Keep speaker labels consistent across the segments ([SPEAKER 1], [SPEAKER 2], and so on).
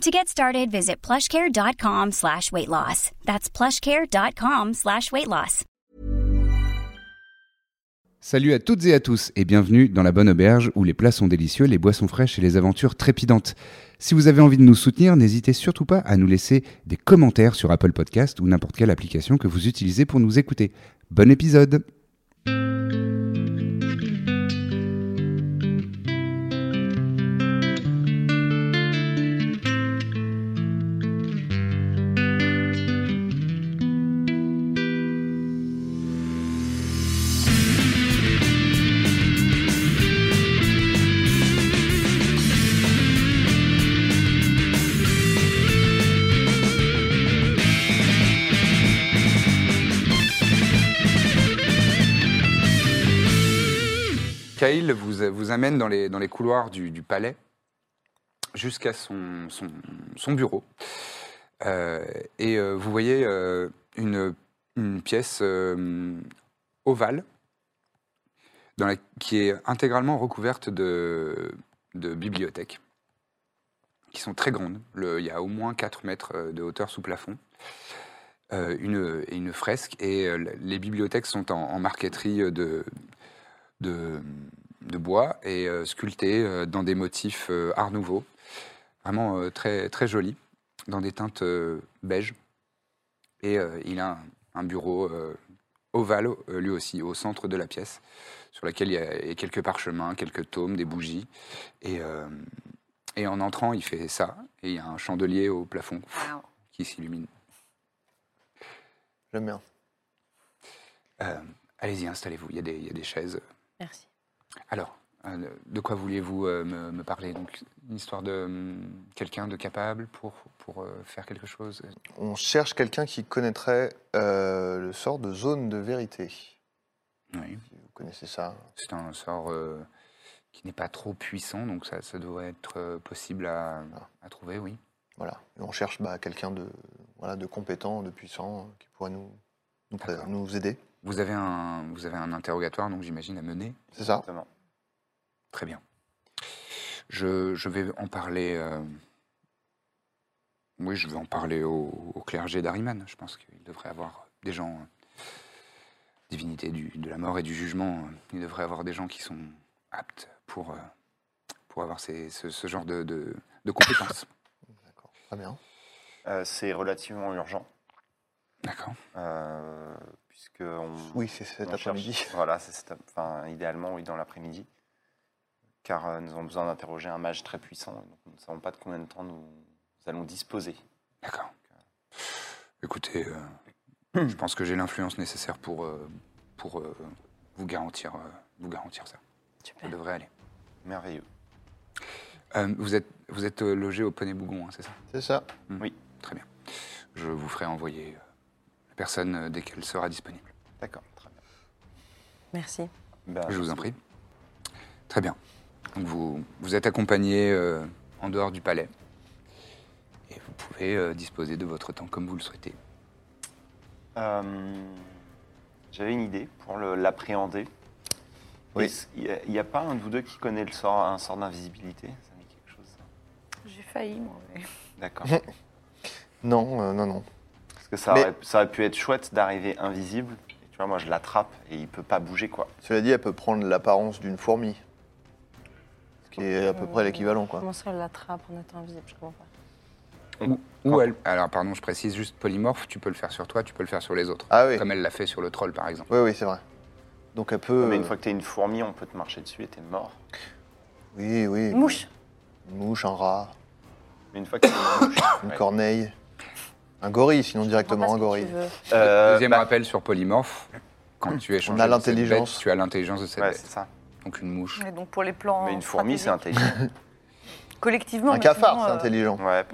[SPEAKER 1] To get started, visit plushcare.com slash weight loss. That's plushcare.com slash weight loss.
[SPEAKER 2] Salut à toutes et à tous et bienvenue dans la bonne auberge où les plats sont délicieux, les boissons fraîches et les aventures trépidantes. Si vous avez envie de nous soutenir, n'hésitez surtout pas à nous laisser des commentaires sur Apple Podcast ou n'importe quelle application que vous utilisez pour nous écouter. Bon épisode Kyle vous, vous amène dans les, dans les couloirs du, du palais jusqu'à son, son, son bureau. Euh, et euh, vous voyez euh, une, une pièce euh, ovale dans la- qui est intégralement recouverte de, de bibliothèques qui sont très grandes. Le- il y a au moins 4 mètres euh, de hauteur sous plafond. Euh, une, et une fresque et euh, les bibliothèques sont en, en marqueterie euh, de, de, de bois et euh, sculptées euh, dans des motifs euh, art nouveau. Vraiment euh, très, très joli, dans des teintes euh, beige. Et euh, il a un, un bureau euh, ovale, euh, lui aussi, au centre de la pièce, sur laquelle il y a il y a quelques parchemins, quelques tomes, des bougies. Et, euh, et en entrant, il fait ça. Et il y a un chandelier au plafond qui s'illumine.
[SPEAKER 3] J'aime bien.
[SPEAKER 2] Euh, Allez-y, installez-vous, il y, a des- il y a des chaises.
[SPEAKER 4] Merci.
[SPEAKER 2] Alors, euh, de quoi vouliez-vous euh, me, me parler Donc, une histoire de hum, quelqu'un de capable pour, pour euh, faire quelque chose
[SPEAKER 3] On cherche quelqu'un qui connaîtrait euh, le sort de zone de vérité.
[SPEAKER 2] Oui.
[SPEAKER 3] Vous connaissez ça
[SPEAKER 2] C'est un sort euh, qui n'est pas trop puissant, donc ça, ça doit être euh, possible à, à trouver, oui.
[SPEAKER 3] Voilà. Et on cherche bah, quelqu'un de, voilà, de compétent, de puissant, qui pourrait nous, nous, pré-
[SPEAKER 2] D'accord.
[SPEAKER 3] nous aider.
[SPEAKER 2] Vous avez un, vous avez un interrogatoire, donc j'imagine, à mener
[SPEAKER 3] C'est ça
[SPEAKER 2] Exactement. Très bien. Je, je vais en parler. euh, Oui, je vais en parler au, au clergé d'Ariman. Je pense qu'il devrait avoir des gens. euh, Divinité du, de la mort et du jugement, euh, il devrait avoir des gens qui sont aptes pour, euh, pour avoir ces- ce, ce genre de, de- de compétences.
[SPEAKER 3] D'accord. Très bien.
[SPEAKER 5] Euh, c'est relativement urgent,
[SPEAKER 2] D'accord.
[SPEAKER 5] euh, puisque on,
[SPEAKER 3] Oui, c'est cet
[SPEAKER 5] on cherche-
[SPEAKER 3] après-midi.
[SPEAKER 5] Voilà, c'est cet ap- enfin, idéalement oui dans l'après-midi, car euh, nous avons besoin d'interroger un mage très puissant. Donc nous ne savons pas de combien de temps nous, nous allons disposer.
[SPEAKER 2] D'accord. Écoutez, euh, je pense que j'ai l'influence nécessaire pour, euh, pour euh, vous, garantir, euh, vous garantir ça. Ça
[SPEAKER 4] Super.
[SPEAKER 2] devrait aller.
[SPEAKER 5] Merveilleux.
[SPEAKER 2] Euh, vous êtes, vous êtes euh, logé au Poney Bougon, hein, c'est ça
[SPEAKER 3] C'est ça.
[SPEAKER 2] Très bien. Je vous ferai envoyer euh, la personne euh, dès qu'elle sera disponible.
[SPEAKER 5] D'accord, très bien.
[SPEAKER 4] Merci.
[SPEAKER 5] Ben,
[SPEAKER 2] Je vous en prie. Très bien. Donc vous, vous êtes accompagné euh, en dehors du palais. Et vous pouvez euh, disposer de votre temps comme vous le souhaitez.
[SPEAKER 5] euh, J'avais une idée pour le- l'appréhender.
[SPEAKER 3] Oui.
[SPEAKER 5] Est-ce- Il n'y a, pas un de vous deux qui connaît le sort, un sort d'invisibilité Ça me dit quelque chose. ça
[SPEAKER 4] J'ai failli, moi.
[SPEAKER 5] D'accord.
[SPEAKER 3] Non, euh, non, non.
[SPEAKER 5] Parce que ça,
[SPEAKER 3] Mais-
[SPEAKER 5] aurait, ça aurait pu être chouette d'arriver invisible. Et tu vois, moi je l'attrape et il peut pas bouger quoi.
[SPEAKER 3] Cela dit, elle peut prendre l'apparence d'une fourmi. Ce qui est à peu près l'équivalent, quoi.
[SPEAKER 4] Comment ça, elle l'attrape en étant invisible Je comprends pas.
[SPEAKER 2] Ou
[SPEAKER 5] Quand-
[SPEAKER 2] elle. Alors, pardon, je précise juste polymorphe, tu peux le faire sur toi, tu peux le faire sur les autres.
[SPEAKER 3] Ah oui.
[SPEAKER 2] Comme elle l'a fait sur le troll, par exemple.
[SPEAKER 3] Oui, oui, c'est vrai. Donc elle peut.
[SPEAKER 5] Ah, Mais une fois que t'es une fourmi, on peut te marcher dessus et t'es mort.
[SPEAKER 3] Oui, oui.
[SPEAKER 4] Mouche
[SPEAKER 3] Une mouche, un rat,
[SPEAKER 5] Mais une fois que t'es une mouche,
[SPEAKER 3] une
[SPEAKER 5] ouais.
[SPEAKER 3] corneille. Un gorille, sinon
[SPEAKER 4] Je
[SPEAKER 3] directement un
[SPEAKER 4] comprends pas ce
[SPEAKER 3] gorille.
[SPEAKER 4] que tu veux.
[SPEAKER 5] Euh,
[SPEAKER 2] Deuxième
[SPEAKER 5] bah,
[SPEAKER 2] rappel sur polymorphe. Quand tu échanges
[SPEAKER 3] a
[SPEAKER 2] avec cette
[SPEAKER 3] l'intelligence.
[SPEAKER 2] bête, tu as l'intelligence de cette
[SPEAKER 5] ouais, c'est
[SPEAKER 2] bête.
[SPEAKER 5] ça.
[SPEAKER 2] Donc une mouche.
[SPEAKER 4] Et
[SPEAKER 3] Oh,
[SPEAKER 4] donc pour les plans.
[SPEAKER 5] Mais une fourmi, c'est
[SPEAKER 4] stratégiques,
[SPEAKER 5] intelligent.
[SPEAKER 4] Collectivement.
[SPEAKER 3] un cafard,
[SPEAKER 4] maintenant,
[SPEAKER 3] c'est
[SPEAKER 4] euh,
[SPEAKER 3] intelligent.
[SPEAKER 5] ouais.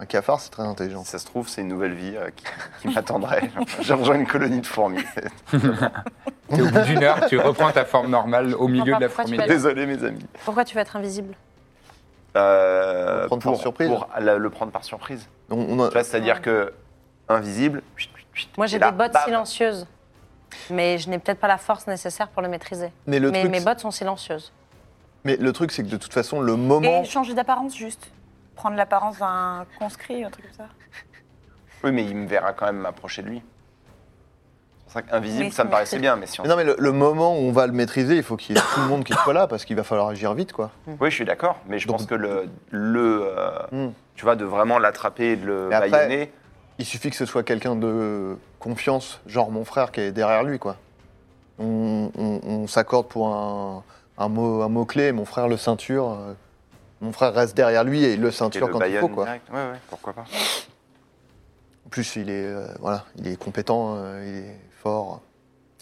[SPEAKER 3] Un cafard, c'est très intelligent.
[SPEAKER 5] Si ça se trouve, c'est une nouvelle vie euh, qui, qui m'attendrait. J'ai rejoint une colonie de fourmis.
[SPEAKER 2] Et au bout d'une heure, tu reprends ta forme normale au milieu de la
[SPEAKER 4] Pourquoi tu
[SPEAKER 2] fourmi.
[SPEAKER 4] vas-
[SPEAKER 5] Désolé, mes amis.
[SPEAKER 4] Pourquoi tu veux être invisible
[SPEAKER 5] Euh,
[SPEAKER 3] Le prendre par surprise.
[SPEAKER 5] pour la- le prendre par surprise.
[SPEAKER 3] Donc, on a-
[SPEAKER 5] Tu vois, C'est-à-dire que invisible. chut, chut, chut,
[SPEAKER 4] Moi,
[SPEAKER 5] et
[SPEAKER 4] j'ai
[SPEAKER 5] là,
[SPEAKER 4] des bottes
[SPEAKER 5] bam.
[SPEAKER 4] silencieuses, mais je n'ai peut-être pas la force nécessaire pour le maîtriser.
[SPEAKER 3] Mais le
[SPEAKER 4] mais
[SPEAKER 3] truc,
[SPEAKER 4] mes bottes sont silencieuses.
[SPEAKER 3] mais le truc, c'est que de toute façon, le moment.
[SPEAKER 6] Et changer d'apparence juste. Prendre l'apparence d'un conscrit, un truc comme ça.
[SPEAKER 5] Oui, mais il me verra quand même m'approcher de lui. C'est pour ça qu'invisible,
[SPEAKER 6] Mais-
[SPEAKER 5] ça me paraissait bien, mais si on...
[SPEAKER 3] Mais non, mais le, le moment où on va le maîtriser, il faut qu'il y ait tout le monde qui soit là parce qu'il va falloir agir vite, quoi.
[SPEAKER 5] Oui, je suis d'accord, mais je
[SPEAKER 3] Donc-
[SPEAKER 5] pense que le, le euh,
[SPEAKER 3] Hmm.
[SPEAKER 5] tu vois, de vraiment l'attraper, et de le
[SPEAKER 3] Mais après-
[SPEAKER 5] baïonner,
[SPEAKER 3] Il suffit que ce soit quelqu'un de confiance, genre mon frère qui est derrière lui, quoi. On, on- on s'accorde pour un, un mot, un mot clé. Mon frère le ceinture. euh, Mon frère reste derrière lui et il le
[SPEAKER 5] et
[SPEAKER 3] ceinture
[SPEAKER 5] le
[SPEAKER 3] quand il faut,
[SPEAKER 5] baïonne
[SPEAKER 3] quoi.
[SPEAKER 5] direct. Ouais, ouais, pourquoi pas.
[SPEAKER 3] En plus, il est, euh, voilà, il est compétent, euh, il est fort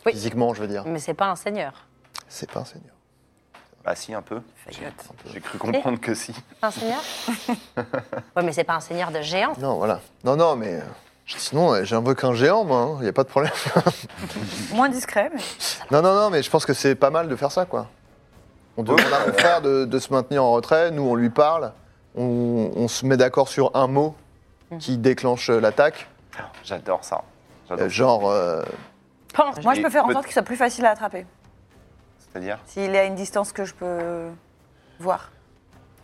[SPEAKER 4] Oui.
[SPEAKER 3] physiquement, je veux dire.
[SPEAKER 4] Mais c'est pas un seigneur.
[SPEAKER 3] C'est pas un seigneur.
[SPEAKER 5] Bah si, un peu.
[SPEAKER 6] Fayotte.
[SPEAKER 5] J'ai cru comprendre que si.
[SPEAKER 4] Un seigneur Ouais, mais c'est pas un seigneur de géant.
[SPEAKER 3] Non, voilà. Non, non, mais euh, sinon, euh, j'invoque un géant, moi. hein. Il n'y a pas de problème.
[SPEAKER 6] Moins discret, mais.
[SPEAKER 3] Non, non, non, mais je pense que c'est pas mal de faire ça, quoi. On demande à mon frère de, de se maintenir en retrait, nous on lui parle, on, on se met d'accord sur un mot
[SPEAKER 6] Mhm.
[SPEAKER 3] qui déclenche euh, l'attaque,
[SPEAKER 5] J'adore ça.
[SPEAKER 3] Euh,
[SPEAKER 5] J'adore.
[SPEAKER 3] genre euh,
[SPEAKER 4] Pense.
[SPEAKER 6] Moi, je
[SPEAKER 5] Et
[SPEAKER 6] peux faire en
[SPEAKER 5] peut-
[SPEAKER 6] sorte qu'il soit plus facile à attraper.
[SPEAKER 5] C'est-à-dire
[SPEAKER 6] S'il est à une distance que je peux voir.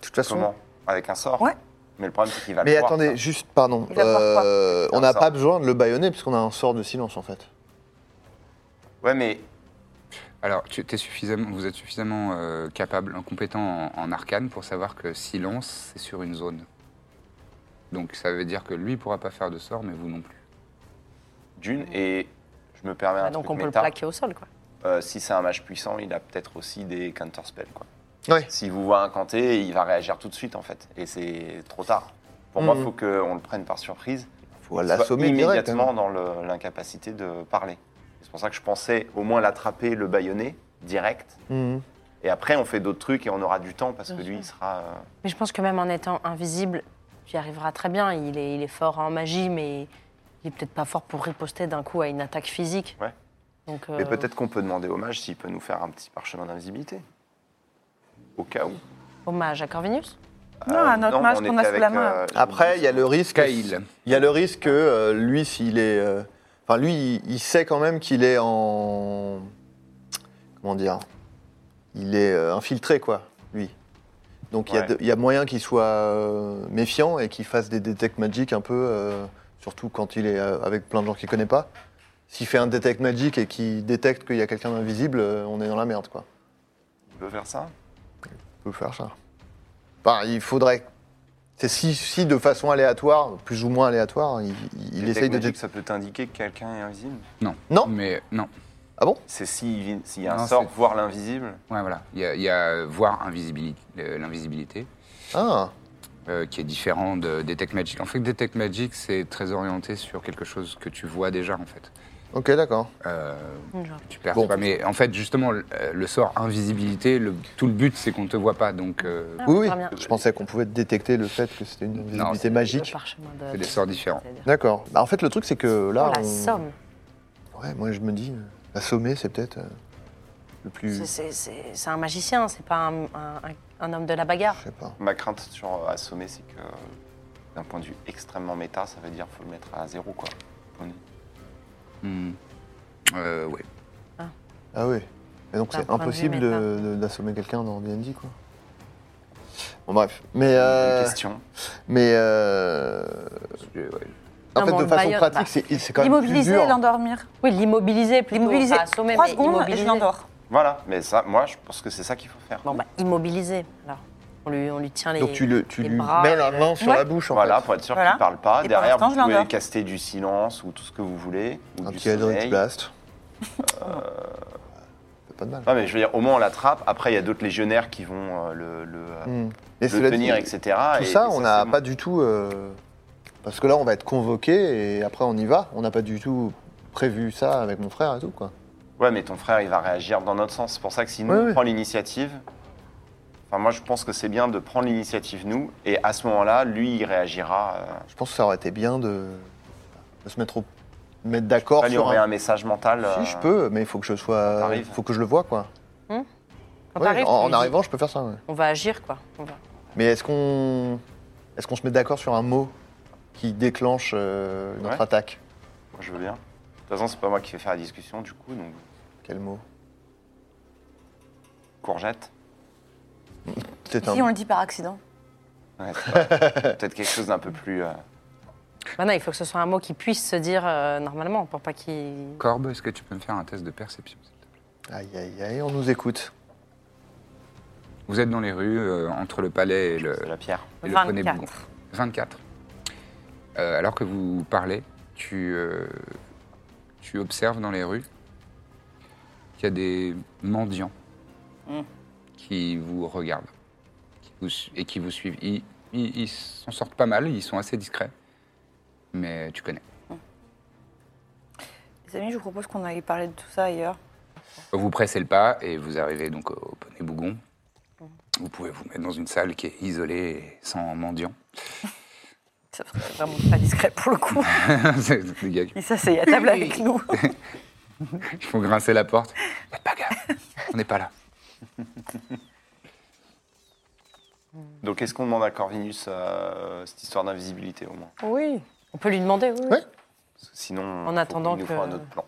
[SPEAKER 3] de toute façon.
[SPEAKER 5] comment Avec un sort
[SPEAKER 6] Ouais.
[SPEAKER 5] Mais le problème, c'est qu'il va
[SPEAKER 3] mais
[SPEAKER 5] le voir,
[SPEAKER 3] attendez,
[SPEAKER 5] ça.
[SPEAKER 3] juste pardon,
[SPEAKER 6] Il va voir quoi
[SPEAKER 3] euh, on
[SPEAKER 5] Un
[SPEAKER 3] n'a
[SPEAKER 5] sort.
[SPEAKER 3] pas besoin de le baïonner puisqu'on a un sort de silence en fait.
[SPEAKER 5] Ouais, mais
[SPEAKER 2] Alors, tu, t'es suffisamment, vous êtes suffisamment euh, capable, compétent en, en arcane pour savoir que silence, c'est sur une zone. Donc, ça veut dire que lui pourra pas faire de sort, mais vous non plus.
[SPEAKER 5] d'une, et je me permets un
[SPEAKER 4] Ah, donc
[SPEAKER 5] truc
[SPEAKER 4] on peut le
[SPEAKER 5] méta.
[SPEAKER 4] plaquer au sol, quoi.
[SPEAKER 5] Euh, si c'est un mage puissant, il a peut-être aussi des counter spells. Quoi.
[SPEAKER 3] Ouais.
[SPEAKER 5] S'il vous voit incanter, il va réagir tout de suite en fait, et c'est trop tard. Pour
[SPEAKER 3] Mhm.
[SPEAKER 5] moi, il faut qu'on le prenne par surprise.
[SPEAKER 3] Faut
[SPEAKER 5] qu'il soit
[SPEAKER 3] l'assommer direct. hein.
[SPEAKER 5] immédiatement dans le- l'incapacité de parler. C'est pour ça que je pensais au moins l'attraper, le baïonner direct,
[SPEAKER 3] Mhm.
[SPEAKER 5] et après on fait d'autres trucs et on aura du temps parce que
[SPEAKER 4] Bien
[SPEAKER 5] lui,
[SPEAKER 4] sûr.
[SPEAKER 5] il sera. euh,
[SPEAKER 4] Mais je pense que même en étant invisible, tu y arriveras très bien. Il est, il est fort en magie, mais il est peut-être pas fort pour riposter d'un coup à une attaque physique.
[SPEAKER 5] Ouais.
[SPEAKER 4] Donc,
[SPEAKER 5] Mais
[SPEAKER 4] euh,
[SPEAKER 5] peut-être qu'on peut demander au mage s'il peut nous faire un petit parchemin d'invisibilité. Au cas où. Euh,
[SPEAKER 4] Hommage à Corvinus.
[SPEAKER 6] Non, un autre mage
[SPEAKER 5] on
[SPEAKER 6] qu'on a
[SPEAKER 5] était
[SPEAKER 6] sous la
[SPEAKER 5] avec,
[SPEAKER 6] main.
[SPEAKER 5] euh,
[SPEAKER 3] Après, il y a le risque.
[SPEAKER 2] Kaïl.
[SPEAKER 3] Il y a le risque que euh, lui, s'il est. euh, Enfin, lui, il, il sait quand même qu'il est en. Comment dire Il est euh, infiltré, quoi, lui. Donc il y a
[SPEAKER 5] Ouais.
[SPEAKER 3] de- il y, a moyen qu'il soit euh, méfiant et qu'il fasse des detect magic un peu, euh, surtout quand il est euh, avec plein de gens qu'il connaît pas. S'il fait un detect magic et qu'il détecte qu'il y a quelqu'un d'invisible, euh, on est dans la merde, quoi.
[SPEAKER 5] Il peut faire ça
[SPEAKER 3] On peut faire ça. Enfin, il faudrait. C'est si, si de façon aléatoire, plus ou moins aléatoire, il, il- il
[SPEAKER 5] Les
[SPEAKER 3] essaye de.
[SPEAKER 5] technologies, Ça peut t'indiquer que quelqu'un est invisible
[SPEAKER 2] Non.
[SPEAKER 3] Non
[SPEAKER 2] Mais non.
[SPEAKER 3] Ah bon
[SPEAKER 5] C'est s'il vit- s'il y a un
[SPEAKER 2] Non,
[SPEAKER 5] sort,
[SPEAKER 2] c'est-
[SPEAKER 5] voir l'invisible.
[SPEAKER 2] Ouais, voilà. Il y a, il y a, euh, voir invisibilité, euh, l'invisibilité,
[SPEAKER 3] Ah,
[SPEAKER 2] euh, qui est différent de Detect Magic. En fait, Detect Magic, c'est très orienté sur quelque chose que tu vois déjà, en fait.
[SPEAKER 3] ok, d'accord.
[SPEAKER 2] Euh,
[SPEAKER 4] Genre.
[SPEAKER 2] tu perds
[SPEAKER 3] Bon.
[SPEAKER 2] pas. Mais en fait, justement, le, euh, le sort invisibilité, le- tout le but, c'est qu'on ne te voit pas. Donc, euh,
[SPEAKER 4] Ah,
[SPEAKER 3] Oui, oui.
[SPEAKER 4] très bien.
[SPEAKER 3] Je pensais qu'on pouvait détecter le fait que c'était une invisibilité
[SPEAKER 2] c'est-
[SPEAKER 4] Le
[SPEAKER 3] magique.
[SPEAKER 4] parchemin de-
[SPEAKER 2] C'est des sorts différents.
[SPEAKER 4] C'est-à-dire-
[SPEAKER 3] D'accord. Bah, en fait, le truc, c'est que là.
[SPEAKER 4] Oh, la
[SPEAKER 3] on-
[SPEAKER 4] somme.
[SPEAKER 3] Ouais, moi, je me dis, euh, assommer, c'est peut-être euh, le plus.
[SPEAKER 4] C'est-
[SPEAKER 3] Je
[SPEAKER 4] C'est c'est- c'est un magicien, c'est pas un, un- un- un homme de la bagarre.
[SPEAKER 3] sais pas.
[SPEAKER 5] Ma crainte sur euh, assommer, c'est que euh, d'un point de vue extrêmement méta, ça veut dire faut le mettre à zéro quoi. On-
[SPEAKER 2] hmm. Euh, ouais.
[SPEAKER 3] Ah oui. Et donc,
[SPEAKER 4] D'un
[SPEAKER 3] c'est
[SPEAKER 4] point de vue
[SPEAKER 3] impossible
[SPEAKER 4] méta.
[SPEAKER 3] de- de- d'assommer quelqu'un dans D&D, quoi. Bon, bref. Mais.
[SPEAKER 5] Une
[SPEAKER 3] euh,
[SPEAKER 5] question.
[SPEAKER 3] mais. euh,
[SPEAKER 2] Je- ouais.
[SPEAKER 3] En
[SPEAKER 4] Non,
[SPEAKER 3] fait,
[SPEAKER 4] mais on
[SPEAKER 3] de
[SPEAKER 4] le
[SPEAKER 3] façon
[SPEAKER 4] baillonne,
[SPEAKER 3] pratique,
[SPEAKER 4] bah,
[SPEAKER 3] c'est c'est quand même. plus
[SPEAKER 6] L'immobiliser
[SPEAKER 3] dur.
[SPEAKER 6] et l'endormir.
[SPEAKER 4] Oui, l'immobiliser, plutôt.
[SPEAKER 6] L'immobiliser.
[SPEAKER 4] pas assommer,
[SPEAKER 6] Trois
[SPEAKER 4] mais
[SPEAKER 6] secondes et je
[SPEAKER 4] immobiliser.
[SPEAKER 6] l'endors.
[SPEAKER 5] Voilà, mais ça, moi je pense que c'est ça qu'il faut faire.
[SPEAKER 4] Bon, bah, immobiliser. Alors, on lui, on lui tient les.
[SPEAKER 3] Donc, tu, le, tu
[SPEAKER 4] les
[SPEAKER 3] lui
[SPEAKER 4] bras,
[SPEAKER 3] mets la main sur
[SPEAKER 6] Ouais.
[SPEAKER 3] la bouche, en
[SPEAKER 5] voilà,
[SPEAKER 3] fait.
[SPEAKER 5] pour être sûr
[SPEAKER 6] Voilà.
[SPEAKER 5] qu'il parle pas.
[SPEAKER 6] Et
[SPEAKER 5] Derrière,
[SPEAKER 6] pendant
[SPEAKER 5] vous
[SPEAKER 6] ce temps, je
[SPEAKER 5] pouvez
[SPEAKER 6] l'endors.
[SPEAKER 5] caster du silence ou tout ce que vous voulez. Ou
[SPEAKER 3] Un
[SPEAKER 5] du
[SPEAKER 3] petit Eldritch
[SPEAKER 5] sommeil. Euh,
[SPEAKER 3] Blast. C'est pas de mal.
[SPEAKER 5] Non, mais je veux dire, au moins on l'attrape. Après, il y a d'autres légionnaires qui vont euh, le, le, euh,
[SPEAKER 3] Hmm. Et
[SPEAKER 5] le
[SPEAKER 3] cela dit,
[SPEAKER 5] tenir, etc.
[SPEAKER 3] Tout
[SPEAKER 5] et-
[SPEAKER 3] ça,
[SPEAKER 5] et
[SPEAKER 3] on n'a
[SPEAKER 5] c'est
[SPEAKER 3] pas du tout. euh, parce que là, on va être convoqué et après, on y va. On n'a pas du tout prévu ça avec mon frère et tout, quoi.
[SPEAKER 5] Ouais, mais ton frère, il va réagir dans notre sens. C'est pour ça que si nous,
[SPEAKER 3] Ouais,
[SPEAKER 5] on
[SPEAKER 3] ouais.
[SPEAKER 5] prend l'initiative, Enfin, moi, je pense que c'est bien de prendre l'initiative, nous, et à ce moment-là, lui, il réagira. euh,
[SPEAKER 3] Je pense que ça aurait été bien de, de se mettre, au- mettre d'accord
[SPEAKER 5] pas lui
[SPEAKER 3] sur
[SPEAKER 5] envoyer
[SPEAKER 3] un...
[SPEAKER 5] un message mental. euh,
[SPEAKER 3] hein. Si je peux, mais il faut que je sois,
[SPEAKER 5] t'arrives.
[SPEAKER 3] faut que je le vois quoi.
[SPEAKER 4] Quand
[SPEAKER 3] Ouais,
[SPEAKER 4] t'arrives,
[SPEAKER 3] en, en
[SPEAKER 4] tu lui dis,
[SPEAKER 3] arrivant, je peux faire ça. ouais.
[SPEAKER 4] On va agir, quoi. On va-
[SPEAKER 3] Mais est-ce qu'on, est-ce qu'on se met d'accord sur un mot qui déclenche euh, notre
[SPEAKER 5] Ouais.
[SPEAKER 3] attaque
[SPEAKER 5] Moi, je veux bien. De toute façon, c'est pas moi qui vais faire la discussion, du coup, donc
[SPEAKER 3] Quel mot
[SPEAKER 5] courgette.
[SPEAKER 3] C'est
[SPEAKER 6] Si on le dit par accident.
[SPEAKER 5] Ouais, c'est pas- Peut-être quelque chose d'un peu plus. euh,
[SPEAKER 4] Bah non, il faut que ce soit un mot qui puisse se dire euh, normalement, pour pas qu'il.
[SPEAKER 2] Corbe, est-ce que tu peux me faire un test de perception s'il te plaît
[SPEAKER 3] Aïe aïe aïe, on nous écoute.
[SPEAKER 2] Vous êtes dans les rues, euh, entre le palais et le,
[SPEAKER 5] de la pierre.
[SPEAKER 2] et le poney Bougon. 24. Euh, alors que vous parlez, tu, euh, tu observes dans les rues qu'il y a des mendiants qui vous regardent qui vous su- et qui vous suivent. Ils ils- ils s'en sortent pas mal, ils sont assez discrets, mais tu connais.
[SPEAKER 6] Les amis, je vous propose qu'on aille parler de tout ça ailleurs.
[SPEAKER 2] Vous pressez le pas et vous arrivez donc au Poney Bougon. Vous pouvez vous mettre dans une salle qui est isolée et sans mendiants.
[SPEAKER 6] Ça serait vraiment pas discret pour le coup.
[SPEAKER 2] C'est- les gars,
[SPEAKER 6] Et ça, c'est à table avec nous.
[SPEAKER 2] Ils font grincer la porte. Faites pas gaffe, on n'est pas là.
[SPEAKER 5] Donc, est-ce qu'on demande à Corvinus euh, cette histoire d'invisibilité au moins
[SPEAKER 4] Oui. On peut lui demander, oui. oui.
[SPEAKER 3] Ouais.
[SPEAKER 5] Parce que Sinon,
[SPEAKER 4] En
[SPEAKER 5] faut
[SPEAKER 4] attendant
[SPEAKER 5] qu'il nous
[SPEAKER 4] que-
[SPEAKER 5] faut un autre plan.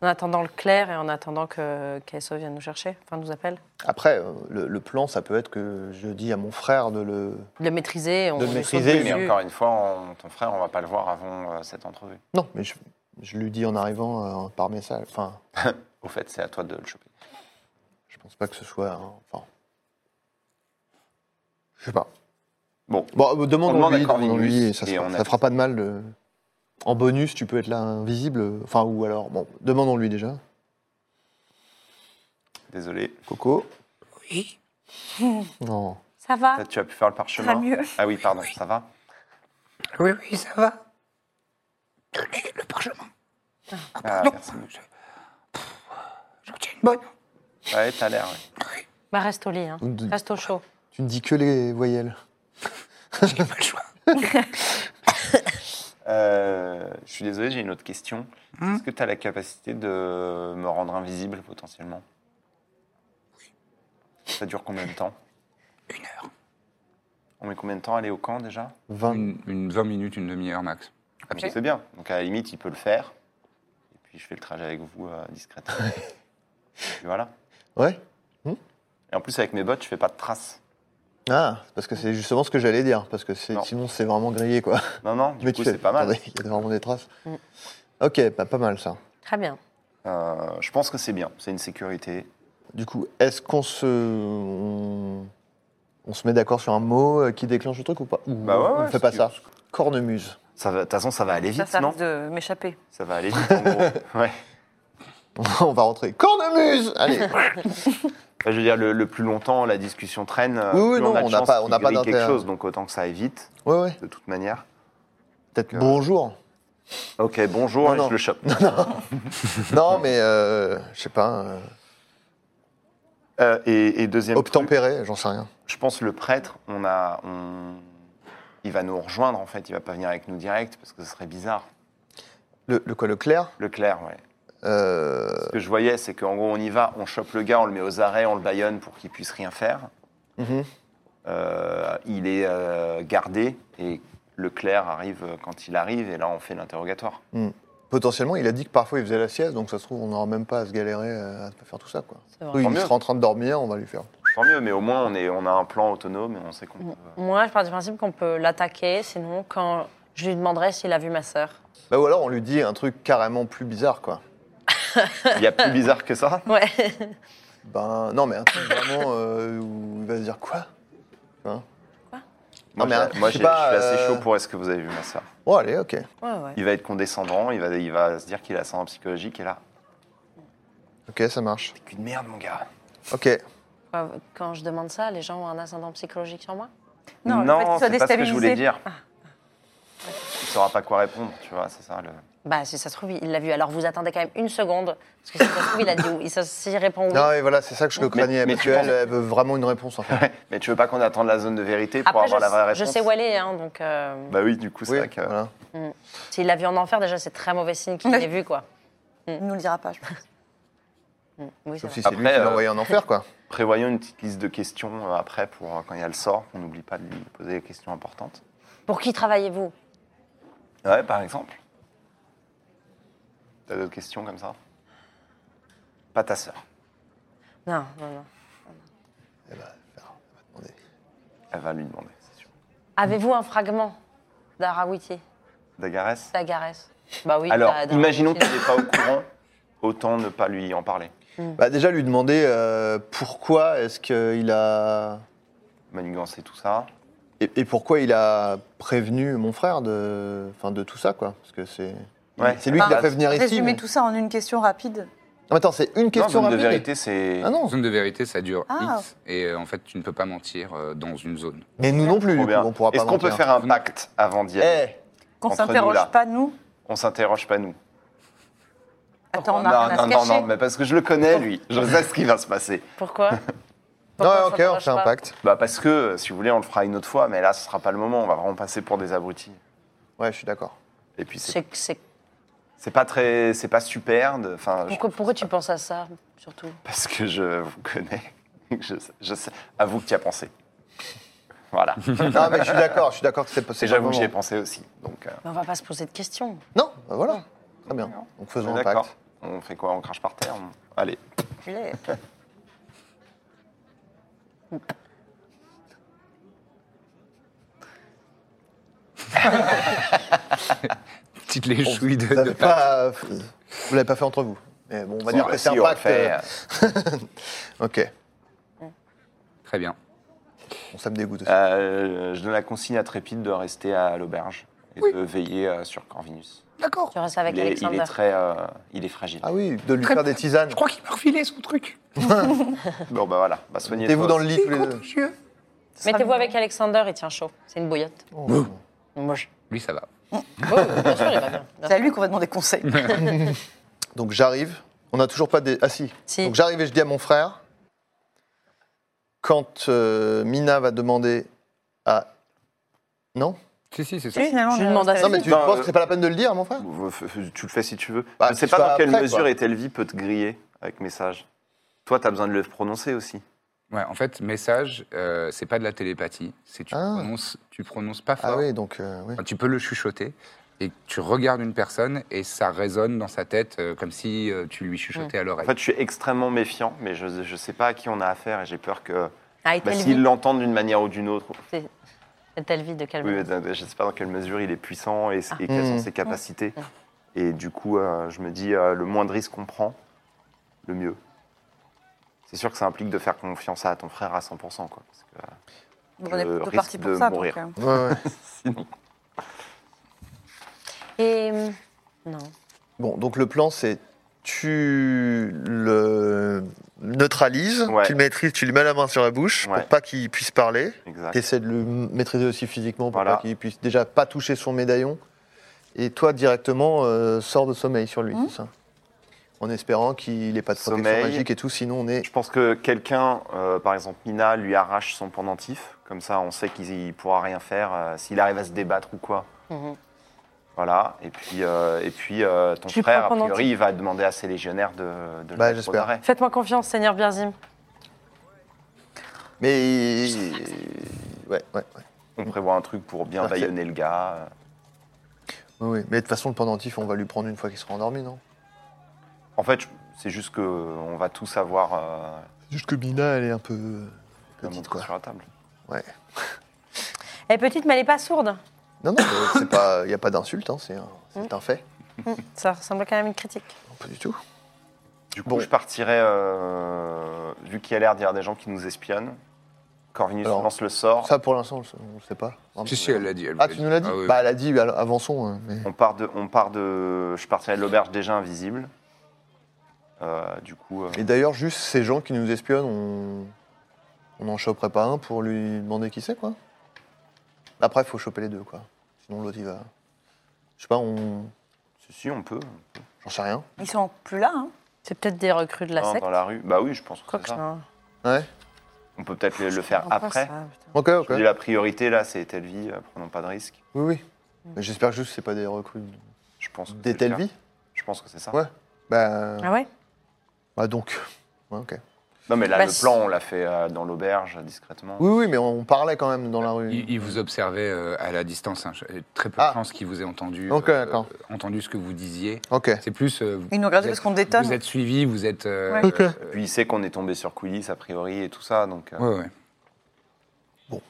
[SPEAKER 4] En attendant le clair et en attendant que KSO vienne nous chercher, enfin nous appelle.
[SPEAKER 3] Après, euh, le, le plan, ça peut être que je dis à mon frère de le.
[SPEAKER 4] De le maîtriser, on
[SPEAKER 3] De le
[SPEAKER 4] lui saute
[SPEAKER 3] maîtriser,
[SPEAKER 4] dessus.
[SPEAKER 5] Mais encore une fois, on- ton frère, on va pas le voir avant euh, cette entrevue.
[SPEAKER 3] Non, mais je, je lui dis en arrivant euh, par message. Enfin,
[SPEAKER 5] Au fait, c'est à toi de le choper.
[SPEAKER 3] je pense pas que ce soit. un- Enfin, je sais pas.
[SPEAKER 5] Bon,
[SPEAKER 3] Bon, euh,
[SPEAKER 5] On
[SPEAKER 3] demande
[SPEAKER 5] demande
[SPEAKER 3] en
[SPEAKER 5] à
[SPEAKER 3] lui, demande en
[SPEAKER 5] Corvinus
[SPEAKER 3] lui, et ça,
[SPEAKER 5] et
[SPEAKER 3] sera-
[SPEAKER 5] on
[SPEAKER 3] ça
[SPEAKER 5] a-
[SPEAKER 3] fera pas de mal. de- En bonus, tu peux être là invisible. euh, Enfin, ou alors, bon, demandons-lui déjà.
[SPEAKER 5] désolé.
[SPEAKER 3] Coco. Oui. Non.
[SPEAKER 6] Ça va
[SPEAKER 5] Peut-être tu as pu faire le
[SPEAKER 6] Ça
[SPEAKER 5] parchemin.
[SPEAKER 6] va mieux.
[SPEAKER 5] Ah oui, pardon, ça va
[SPEAKER 2] Oui, oui, ça va. Tenez le parchemin.
[SPEAKER 5] Ah,
[SPEAKER 2] Non,
[SPEAKER 5] merci.
[SPEAKER 2] je- J'en tiens une bonne.
[SPEAKER 5] Ouais, t'as l'air. ouais.
[SPEAKER 4] Bah reste au lit, hein.
[SPEAKER 3] Ou de-
[SPEAKER 4] reste au chaud.
[SPEAKER 3] Tu ne dis que les voyelles.
[SPEAKER 2] J'ai pas le choix.
[SPEAKER 5] Euh, je suis désolé, j'ai une autre question.
[SPEAKER 3] Hein
[SPEAKER 5] Est-ce que tu as la capacité de me rendre invisible potentiellement Ça dure combien de temps
[SPEAKER 2] Une heure.
[SPEAKER 5] On met combien de temps à aller au camp déjà
[SPEAKER 3] 20.
[SPEAKER 2] Une, une 20 minutes, une demi-heure max. À pied.
[SPEAKER 5] C'est bien. Donc à la limite, il peut le faire. Et puis je fais le trajet avec vous euh, discrètement. Et voilà.
[SPEAKER 3] Ouais.
[SPEAKER 5] Et en plus, avec mes bottes, je fais pas de traces.
[SPEAKER 3] Ah, parce que c'est justement ce que j'allais dire. Parce que c'est-
[SPEAKER 5] Non.
[SPEAKER 3] sinon, c'est vraiment grillé, quoi.
[SPEAKER 5] Non, non, du
[SPEAKER 3] Mais
[SPEAKER 5] coup,
[SPEAKER 3] tu
[SPEAKER 5] c'est
[SPEAKER 3] fais-
[SPEAKER 5] pas mal.
[SPEAKER 3] Attendez, il y a vraiment des traces.
[SPEAKER 4] Mm.
[SPEAKER 3] Ok, bah, pas mal ça.
[SPEAKER 4] Très bien.
[SPEAKER 5] Euh, je pense que c'est bien. C'est une sécurité.
[SPEAKER 3] Du coup, est-ce qu'on se. On... on se met d'accord sur un mot euh, qui déclenche le truc ou pas Ou
[SPEAKER 5] Bah ouais,
[SPEAKER 3] on
[SPEAKER 5] ouais,
[SPEAKER 3] fait pas
[SPEAKER 5] si
[SPEAKER 3] ça Cornemuse.
[SPEAKER 5] Ça va- De toute façon, ça va aller
[SPEAKER 6] Ça,
[SPEAKER 5] vite,
[SPEAKER 6] ça
[SPEAKER 5] non
[SPEAKER 6] risque de Euh, m'échapper.
[SPEAKER 5] Ça va aller vite, en gros. Ouais.
[SPEAKER 3] on va rentrer. Cornemuse Allez
[SPEAKER 5] Enfin, je veux dire, le, le plus longtemps la discussion traîne, euh,
[SPEAKER 3] Oui, oui,
[SPEAKER 5] plus
[SPEAKER 3] non,
[SPEAKER 5] on a,
[SPEAKER 3] on
[SPEAKER 5] de
[SPEAKER 3] n'a
[SPEAKER 5] chances
[SPEAKER 3] pas- on
[SPEAKER 5] qu'il
[SPEAKER 3] n'a pas
[SPEAKER 5] grille quelque
[SPEAKER 3] d'intérêt.
[SPEAKER 5] chose, donc autant que ça aille vite,
[SPEAKER 3] Ouais, ouais.
[SPEAKER 5] de toute manière.
[SPEAKER 3] Peut-être
[SPEAKER 5] Euh,
[SPEAKER 3] bonjour.
[SPEAKER 5] Ok, bonjour,
[SPEAKER 3] Non,
[SPEAKER 5] et
[SPEAKER 3] non.
[SPEAKER 5] je le chope.
[SPEAKER 3] non, mais euh, je sais pas. euh,
[SPEAKER 5] Euh, et, et deuxième truc,
[SPEAKER 3] obtempéré, j'en sais rien.
[SPEAKER 5] je pense le prêtre, on a, on- il va nous rejoindre en fait, il va pas venir avec nous direct, parce que ce serait bizarre.
[SPEAKER 3] Le, le quoi, le clair
[SPEAKER 5] Le clerc, ouais.
[SPEAKER 3] euh,
[SPEAKER 5] Ce que je voyais, c'est qu'en gros, on y va, on chope le gars, on le met aux arrêts, on le baïonne pour qu'il puisse rien faire.
[SPEAKER 3] mhm.
[SPEAKER 5] Euh, il est euh, gardé, et le clerc arrive euh, quand il arrive, et là, on fait l'interrogatoire.
[SPEAKER 3] Potentiellement, il a dit que parfois il faisait la sieste, donc ça se trouve, on n'aura même pas à se galérer euh, à faire tout ça. Quoi.
[SPEAKER 4] C'est vrai.
[SPEAKER 3] Oui,
[SPEAKER 5] Tant
[SPEAKER 3] il
[SPEAKER 5] mieux.
[SPEAKER 3] sera en train de dormir, on va lui faire.
[SPEAKER 5] Tant mieux, mais au moins, on, est, on a un plan autonome, et on sait qu'on peut...
[SPEAKER 4] Moi, je pars du principe qu'on peut l'attaquer, sinon quand je lui demanderai s'il a vu ma sœur.
[SPEAKER 3] Bah, ou alors on lui dit un truc carrément plus bizarre, quoi.
[SPEAKER 5] euh, Il y a plus bizarre que ça
[SPEAKER 4] Ouais.
[SPEAKER 3] Ben non, mais un truc vraiment euh, où il va se dire quoi
[SPEAKER 5] Moi,
[SPEAKER 3] mais,
[SPEAKER 5] j'ai-
[SPEAKER 3] hein,
[SPEAKER 5] moi
[SPEAKER 3] je sais
[SPEAKER 5] j'ai-
[SPEAKER 3] pas,
[SPEAKER 5] je suis assez
[SPEAKER 3] euh,
[SPEAKER 5] chaud pour est-ce que vous avez vu ma soeur.
[SPEAKER 3] Bon, Oh, allez, ok.
[SPEAKER 4] Ouais, ouais.
[SPEAKER 5] Il va être condescendant, il va, il va se dire qu'il a ça en psychologique et là,
[SPEAKER 3] Ok, ça marche.
[SPEAKER 5] t'es qu'une merde mon gars.
[SPEAKER 3] Ok.
[SPEAKER 4] Quoi, Quand je demande ça, les gens ont un ascendant psychologique sur moi
[SPEAKER 6] Non, le fait
[SPEAKER 5] c'est
[SPEAKER 6] qu'il soit
[SPEAKER 5] pas ce que je
[SPEAKER 6] déstabilisé.
[SPEAKER 5] voulais dire. Il saura pas quoi répondre, tu vois, c'est ça le...
[SPEAKER 4] Bah, si ça se trouve, il l'a vu. Alors, vous attendez quand même une seconde. Parce que si ça se trouve, il a dit oui. Et ça, s'il répond oui.
[SPEAKER 3] Non, et voilà, c'est ça que je craignais.
[SPEAKER 5] mais
[SPEAKER 3] parce
[SPEAKER 5] tu
[SPEAKER 3] qu'elle,
[SPEAKER 5] penses-
[SPEAKER 3] elle veut vraiment une réponse. En fait.
[SPEAKER 5] Mais tu veux pas qu'on attende la zone de vérité pour
[SPEAKER 4] Après,
[SPEAKER 5] avoir
[SPEAKER 4] je,
[SPEAKER 5] la vraie
[SPEAKER 4] sais- je
[SPEAKER 5] réponse
[SPEAKER 4] sais où elle est. Hein, donc, euh,
[SPEAKER 5] Bah oui, du coup, c'est
[SPEAKER 3] Oui,
[SPEAKER 5] vrai que.
[SPEAKER 3] voilà.
[SPEAKER 4] s'il l'a vu en enfer, déjà, c'est très mauvais signe qu'il l'ait vu, quoi.
[SPEAKER 6] Il nous le dira pas, je pense.
[SPEAKER 4] Mm, Oui, c'est
[SPEAKER 3] Sauf
[SPEAKER 4] vrai.
[SPEAKER 3] si c'est lui
[SPEAKER 5] Après,
[SPEAKER 3] qui
[SPEAKER 5] euh,
[SPEAKER 3] l'a envoyé en enfer, quoi.
[SPEAKER 5] Prévoyons une petite liste de questions euh, après pour euh, quand il y a le sort, qu'on n'oublie pas de lui poser les questions importantes.
[SPEAKER 4] Pour qui travaillez-vous
[SPEAKER 5] Ouais, par exemple. T'as d'autres questions comme ça Pas ta sœur.
[SPEAKER 4] Non, non, non.
[SPEAKER 3] Attendez.
[SPEAKER 5] Elle va lui demander, c'est sûr.
[SPEAKER 4] Avez-vous un fragment d'Arawiti,
[SPEAKER 5] Dagarès
[SPEAKER 4] d'Agarès Bah Ah oui.
[SPEAKER 5] Alors,
[SPEAKER 4] d'A- d'Arawiti.
[SPEAKER 5] imaginons qu'il n'est pas au courant, autant ne pas lui en parler.
[SPEAKER 3] Bah, déjà, lui demander euh, pourquoi est-ce qu'il a.
[SPEAKER 5] Manigance et tout ça.
[SPEAKER 3] Et, et pourquoi il a prévenu mon frère de, enfin, de tout ça, quoi. Parce que c'est.
[SPEAKER 5] Ouais. Ah,
[SPEAKER 3] c'est lui qui l'a
[SPEAKER 5] Enfin,
[SPEAKER 3] fait venir ici.
[SPEAKER 6] Résumer
[SPEAKER 3] mais-
[SPEAKER 6] tout ça en une question rapide.
[SPEAKER 3] Non, mais attends, c'est une
[SPEAKER 5] Non,
[SPEAKER 3] question
[SPEAKER 5] zone de
[SPEAKER 3] rapide.
[SPEAKER 5] vérité, c'est.
[SPEAKER 3] Ah non,
[SPEAKER 2] Zone de vérité, ça dure
[SPEAKER 6] Ah.
[SPEAKER 2] X, et euh, en fait, tu ne peux pas mentir euh, dans une zone.
[SPEAKER 3] mais nous non plus,
[SPEAKER 5] Trop
[SPEAKER 3] du coup,
[SPEAKER 5] bien.
[SPEAKER 3] on pourra pas
[SPEAKER 5] Est-ce qu'on peut
[SPEAKER 3] mentir.
[SPEAKER 5] faire un pacte avant d'y aller
[SPEAKER 3] Eh,
[SPEAKER 6] Qu'on
[SPEAKER 5] Entre nous, là.
[SPEAKER 6] s'interroge pas, nous.
[SPEAKER 5] On s'interroge pas, nous.
[SPEAKER 6] Attends, on
[SPEAKER 5] non,
[SPEAKER 6] a rien à
[SPEAKER 5] non,
[SPEAKER 6] se
[SPEAKER 5] non,
[SPEAKER 6] cacher.
[SPEAKER 5] non, mais parce que je le connais, lui. Je sais ce qui va se passer.
[SPEAKER 4] Pourquoi
[SPEAKER 3] Non,
[SPEAKER 4] Pourquoi
[SPEAKER 3] ok, on
[SPEAKER 4] s'interroge
[SPEAKER 3] fait un
[SPEAKER 4] pas
[SPEAKER 3] pacte.
[SPEAKER 5] Bah parce que, si vous voulez, on le fera une autre fois, mais là, ce sera pas le moment. On va vraiment passer pour des abrutis.
[SPEAKER 3] Ouais, je suis d'accord.
[SPEAKER 5] Et puis, c'est
[SPEAKER 4] C'est- c'est-
[SPEAKER 5] c'est pas très... C'est pas super. de- Enfin, je-
[SPEAKER 4] Pourquoi, pourquoi tu penses à ça, surtout
[SPEAKER 5] Parce que je vous connais. je, je sais. À vous qui a pensé. Voilà.
[SPEAKER 3] Non, mais je suis d'accord, je suis d'accord que c'est
[SPEAKER 5] C'est
[SPEAKER 3] c'est pas le
[SPEAKER 5] j'avoue que j'y ai
[SPEAKER 3] moment.
[SPEAKER 5] pensé aussi. Donc, euh,
[SPEAKER 4] Mais On va pas se poser de questions.
[SPEAKER 3] Non, bah voilà. Très bien. Donc faisons un
[SPEAKER 5] d'accord.
[SPEAKER 3] pacte.
[SPEAKER 5] On fait quoi On crache par terre on- Allez.
[SPEAKER 2] Petite léchouille de,
[SPEAKER 3] Vous
[SPEAKER 2] de
[SPEAKER 3] l'avez pas, vous l'avez pas fait entre vous. Mais bon, on va dire
[SPEAKER 5] Bah,
[SPEAKER 3] que c'est
[SPEAKER 5] si,
[SPEAKER 3] un
[SPEAKER 5] on le
[SPEAKER 3] pacte.
[SPEAKER 5] fait, euh,
[SPEAKER 3] euh, ok,
[SPEAKER 2] Très bien.
[SPEAKER 3] bon, ça me dégoûte aussi.
[SPEAKER 5] Euh, je donne la consigne à Trépide de rester à l'auberge et de veiller euh, sur Corvinus.
[SPEAKER 2] D'accord.
[SPEAKER 4] Tu restes avec
[SPEAKER 5] il, est, il est
[SPEAKER 4] Alexander.
[SPEAKER 5] très, euh, il est fragile.
[SPEAKER 3] Ah oui, de lui faire des tisanes.
[SPEAKER 2] Je crois qu'il m'a refilé son truc.
[SPEAKER 5] Bon bah voilà, bah, soignez
[SPEAKER 3] Mettez-vous dans le lit tous les deux.
[SPEAKER 4] Mettez-vous avec Alexander, il tient chaud. C'est une bouillotte.
[SPEAKER 3] Oh.
[SPEAKER 4] Moche.
[SPEAKER 2] Lui, ça va.
[SPEAKER 4] Oui, oui, bien sûr, il va bien.
[SPEAKER 6] C'est à lui qu'on va demander conseil.
[SPEAKER 3] Donc j'arrive. On n'a toujours pas des. Ah si.
[SPEAKER 4] Si.
[SPEAKER 3] Donc j'arrive et je dis à mon frère. Quand euh, Mina va demander à. Non
[SPEAKER 2] Si, si, c'est ça.
[SPEAKER 6] Oui, finalement,
[SPEAKER 4] Je
[SPEAKER 6] on
[SPEAKER 4] lui
[SPEAKER 6] a-
[SPEAKER 4] demande à
[SPEAKER 6] on
[SPEAKER 3] Non,
[SPEAKER 6] a-
[SPEAKER 3] mais tu
[SPEAKER 5] Non,
[SPEAKER 3] penses
[SPEAKER 5] euh,
[SPEAKER 3] que c'est pas la peine de le dire à mon frère
[SPEAKER 5] Tu le fais si tu veux.
[SPEAKER 3] Bah,
[SPEAKER 5] je ne sais
[SPEAKER 3] tu
[SPEAKER 5] pas
[SPEAKER 3] fais
[SPEAKER 5] dans quelle
[SPEAKER 3] après,
[SPEAKER 5] mesure
[SPEAKER 3] quoi.
[SPEAKER 5] Etelvi peut te griller avec message. Toi, tu as besoin de le prononcer aussi.
[SPEAKER 2] Ouais, en fait, message, euh, c'est pas de la télépathie. C'est tu
[SPEAKER 3] Ah.
[SPEAKER 2] prononces, tu prononces pas fort.
[SPEAKER 3] Ah oui, donc euh, oui.
[SPEAKER 2] Enfin, tu peux le chuchoter et tu regardes une personne et ça résonne dans sa tête euh, comme si euh, tu lui chuchotais à
[SPEAKER 5] En
[SPEAKER 2] l'oreille.
[SPEAKER 5] fait, je suis extrêmement méfiant, mais je ne sais pas à qui on a affaire et j'ai peur que
[SPEAKER 4] Ah,
[SPEAKER 5] bah,
[SPEAKER 4] Etelvi.
[SPEAKER 5] s'ils l'entendent d'une manière ou d'une autre.
[SPEAKER 4] Etelvi de calme.
[SPEAKER 5] Oui, mais attends, je ne sais pas dans quelle mesure il est puissant et, et quelles
[SPEAKER 3] Mm.
[SPEAKER 5] sont ses capacités. Et du coup, euh, je me dis, euh, le moins de risques qu'on prend, le mieux. C'est sûr que ça implique de faire confiance à ton frère à 100%. Quoi, parce que, euh,
[SPEAKER 6] on est
[SPEAKER 5] le
[SPEAKER 6] plutôt
[SPEAKER 5] risque
[SPEAKER 6] parti
[SPEAKER 5] de
[SPEAKER 6] pour ça.
[SPEAKER 5] mourir.
[SPEAKER 6] donc, euh,
[SPEAKER 3] Ouais, ouais.
[SPEAKER 5] sinon-
[SPEAKER 4] Et. euh, Non.
[SPEAKER 3] Bon, donc le plan, c'est tu le neutralises,
[SPEAKER 5] Ouais.
[SPEAKER 3] tu le maîtrises, tu lui mets la main sur la bouche
[SPEAKER 5] Ouais.
[SPEAKER 3] pour pas qu'il puisse parler.
[SPEAKER 5] euh, Exact.
[SPEAKER 3] Tu essaies de le m- maîtriser aussi physiquement pour
[SPEAKER 5] Voilà.
[SPEAKER 3] pas qu'il puisse déjà pas toucher son médaillon. Et toi, directement, euh, sors de sommeil sur lui, c'est ça En espérant qu'il n'ait pas de protection
[SPEAKER 5] Sommeil.
[SPEAKER 3] magique et tout, sinon on est...
[SPEAKER 5] Je pense que quelqu'un, euh, par exemple Mina, lui arrache son pendentif. Comme ça, on sait qu'il il pourra rien faire euh, s'il arrive à se débattre ou quoi.
[SPEAKER 4] Mhm.
[SPEAKER 5] Voilà. Et puis, euh, et puis euh, ton
[SPEAKER 4] Tu
[SPEAKER 5] frère,
[SPEAKER 4] prends
[SPEAKER 5] a
[SPEAKER 4] le
[SPEAKER 5] priori, il va demander à ses légionnaires de, de le
[SPEAKER 3] Bah,
[SPEAKER 5] mettre aux
[SPEAKER 3] j'espère.
[SPEAKER 5] arrêts.
[SPEAKER 4] Faites-moi confiance, Seigneur Birzim.
[SPEAKER 3] Mais... Ouais, ouais, ouais.
[SPEAKER 5] On prévoit un truc pour bien
[SPEAKER 3] Parfait.
[SPEAKER 5] baïonner le gars. euh.
[SPEAKER 3] Oui, oui. Mais de toute façon, le pendentif, on va lui prendre une fois qu'il sera endormi, non
[SPEAKER 5] En fait, je- c'est juste que on va tout savoir euh,
[SPEAKER 3] Juste que Mina, elle est un peu... euh,
[SPEAKER 5] comme on
[SPEAKER 3] Petite,
[SPEAKER 5] est
[SPEAKER 3] quoi.
[SPEAKER 5] sur la table.
[SPEAKER 3] Ouais.
[SPEAKER 4] Elle est Eh, petite, mais elle n'est pas sourde.
[SPEAKER 3] Non, non, mais c'est pas, il n'y a pas d'insulte, hein, c'est un, c'est un fait.
[SPEAKER 4] Ça ressemble quand même à une critique.
[SPEAKER 3] Non, Pas du tout.
[SPEAKER 5] Du coup,
[SPEAKER 3] Bon.
[SPEAKER 5] je partirais, euh, vu qu'il y a l'air d'y avoir des gens qui nous espionnent. Corvinus
[SPEAKER 3] Alors,
[SPEAKER 5] lance le sort.
[SPEAKER 3] Ça, pour l'instant, on le- on ne sait pas.
[SPEAKER 2] Si, si, elle l'a dit. elle
[SPEAKER 3] Ah,
[SPEAKER 2] l'a
[SPEAKER 3] tu nous l'as dit
[SPEAKER 2] Ah, oui, oui.
[SPEAKER 3] Bah, elle a dit, alors, avançons. hein, mais-
[SPEAKER 5] On part de, on part de, je partirai de l'auberge déjà invisible. Euh, du coup, euh,
[SPEAKER 3] Et d'ailleurs, juste ces gens qui nous espionnent, on on n'en choperait pas un pour lui demander qui c'est, quoi. Après, il faut choper les deux, quoi. Sinon, l'autre, il va. Je sais pas, on.
[SPEAKER 5] Si, si, on peut.
[SPEAKER 3] J'en sais rien.
[SPEAKER 6] Ils sont plus là, hein
[SPEAKER 4] C'est peut-être des recrues de la
[SPEAKER 5] Non,
[SPEAKER 4] secte.
[SPEAKER 5] dans la rue. Bah oui, je pense que
[SPEAKER 4] Quoi
[SPEAKER 5] c'est
[SPEAKER 4] que
[SPEAKER 5] ça.
[SPEAKER 4] non.
[SPEAKER 3] Ouais.
[SPEAKER 5] On peut peut-être le, le
[SPEAKER 4] Je
[SPEAKER 5] faire
[SPEAKER 4] comprends pas
[SPEAKER 5] après.
[SPEAKER 4] ça, putain.
[SPEAKER 3] Ok, ok.
[SPEAKER 5] Je dis, la priorité, là, c'est Telvi. euh, Prenons pas de risque.
[SPEAKER 3] Oui, oui. Mais j'espère juste que c'est pas des recrues
[SPEAKER 5] Je pense. que c'est
[SPEAKER 3] des
[SPEAKER 5] le
[SPEAKER 3] Telvi.
[SPEAKER 5] cas. Je pense que c'est ça.
[SPEAKER 3] Ouais. Bah,
[SPEAKER 4] Ah ouais
[SPEAKER 3] bah donc. Ouais, ok.
[SPEAKER 5] Non, mais là,
[SPEAKER 4] Bah,
[SPEAKER 5] le
[SPEAKER 4] si-
[SPEAKER 5] plan, on l'a fait euh, dans l'auberge, discrètement.
[SPEAKER 3] Oui, oui, mais on parlait quand même dans la rue.
[SPEAKER 2] Il, il vous observait euh, à la distance. hein. J'ai Très peu
[SPEAKER 3] Ah.
[SPEAKER 2] de chance qu'il vous ait entendu,
[SPEAKER 3] Ok,
[SPEAKER 2] euh,
[SPEAKER 3] d'accord.
[SPEAKER 2] entendu ce que vous disiez.
[SPEAKER 3] Ok.
[SPEAKER 2] C'est plus. euh, vous-
[SPEAKER 6] Ils nous regardent
[SPEAKER 2] vous
[SPEAKER 6] parce
[SPEAKER 2] êtes-
[SPEAKER 6] qu'on détonne.
[SPEAKER 2] Vous êtes suivi, vous êtes. euh,
[SPEAKER 6] Ouais.
[SPEAKER 3] Ok.
[SPEAKER 2] euh,
[SPEAKER 5] Puis il sait qu'on est tombé sur Quillis, a priori, et tout ça. Donc, euh,
[SPEAKER 2] ouais, ouais.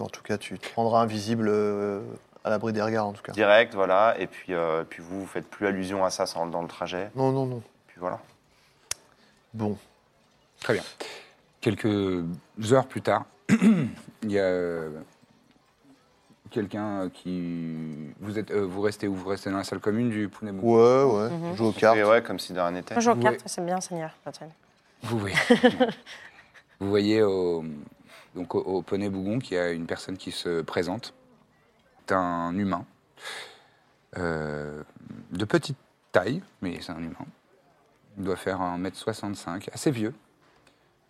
[SPEAKER 3] En tout cas, tu te rendras invisible euh, à l'abri des regards, en tout cas.
[SPEAKER 5] direct, voilà. Et puis, euh, puis vous, vous faites plus allusion à ça sans- dans le trajet.
[SPEAKER 3] Non, non, non.
[SPEAKER 5] Puis voilà.
[SPEAKER 3] Bon.
[SPEAKER 2] Très bien. Quelques heures plus tard, il y a euh, quelqu'un qui. Vous, êtes, euh, vous restez où Vous restez dans la salle commune du Punebu
[SPEAKER 3] Ouais, ouais. on Joue aux cartes.
[SPEAKER 5] Et ouais, comme si de rien n'était.
[SPEAKER 4] Moi, je regarde,
[SPEAKER 2] Ouais.
[SPEAKER 4] c'est bien, Seigneur. Antoine.
[SPEAKER 2] Vous voyez. vous voyez au, donc au, au poney Bougon qu'il y a une personne qui se présente. C'est un humain. Euh, de petite taille, mais c'est un humain. Il doit faire 1m65, assez vieux.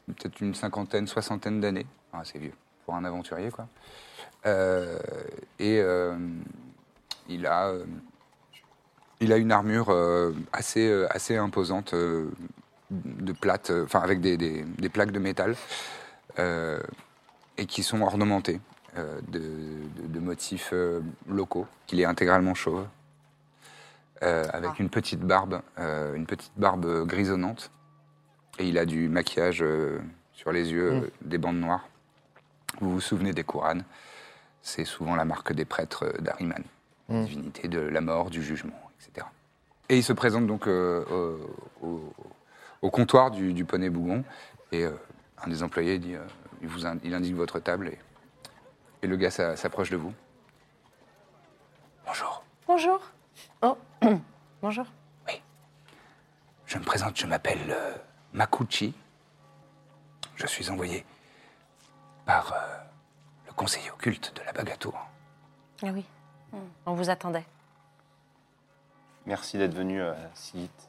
[SPEAKER 2] Peut-être une cinquantaine, soixantaine d'années. Enfin, assez vieux, pour un aventurier, quoi. Euh, et euh, il a. euh, il a une armure euh, assez, euh, assez imposante, euh, de plates, euh, enfin avec des, des- des plaques de métal, euh, et qui sont ornementées euh, de, de- de motifs euh, locaux, qu'il est intégralement chauve, euh, avec une petite barbe, euh, une petite barbe grisonnante, et il a du maquillage euh, sur les yeux, euh, des bandes noires. Vous vous souvenez des Kouranes c'est souvent la marque des prêtres euh, d'Ariman, divinité de la mort, du jugement, etc. Et il se présente donc euh, au- au, au comptoir du, du Poney Bougon. Et euh, un des employés dit, euh, il, vous in- il indique votre table et, et le gars s'a- s'approche de vous. Bonjour,
[SPEAKER 4] Bonjour. Oh, bonjour.
[SPEAKER 2] je me présente, je m'appelle euh, Makuchi. Je suis envoyé par euh, le conseiller occulte de la Bagatour.
[SPEAKER 4] Ah oui. On vous attendait.
[SPEAKER 5] Merci d'être venu euh, si vite.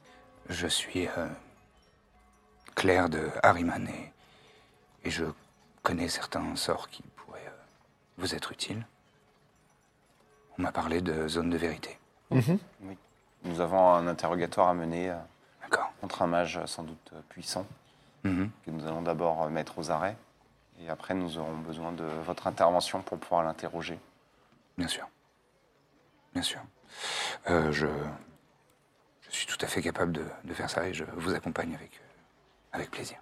[SPEAKER 2] Je suis euh, Claire de Harriman et, et je connais certains sorts qui pourraient euh, vous être utiles. On m'a parlé de zone de vérité.
[SPEAKER 5] Oui. Nous avons un interrogatoire à mener euh,
[SPEAKER 2] D'accord.
[SPEAKER 5] contre un mage euh, sans doute euh, puissant,
[SPEAKER 2] Mhm.
[SPEAKER 5] que nous allons d'abord euh, mettre aux arrêts. Et après, nous aurons besoin de votre intervention pour pouvoir l'interroger.
[SPEAKER 2] Bien sûr. Bien sûr. Euh, je, je suis tout à fait capable de, de faire ça et je vous accompagne avec, euh, avec plaisir.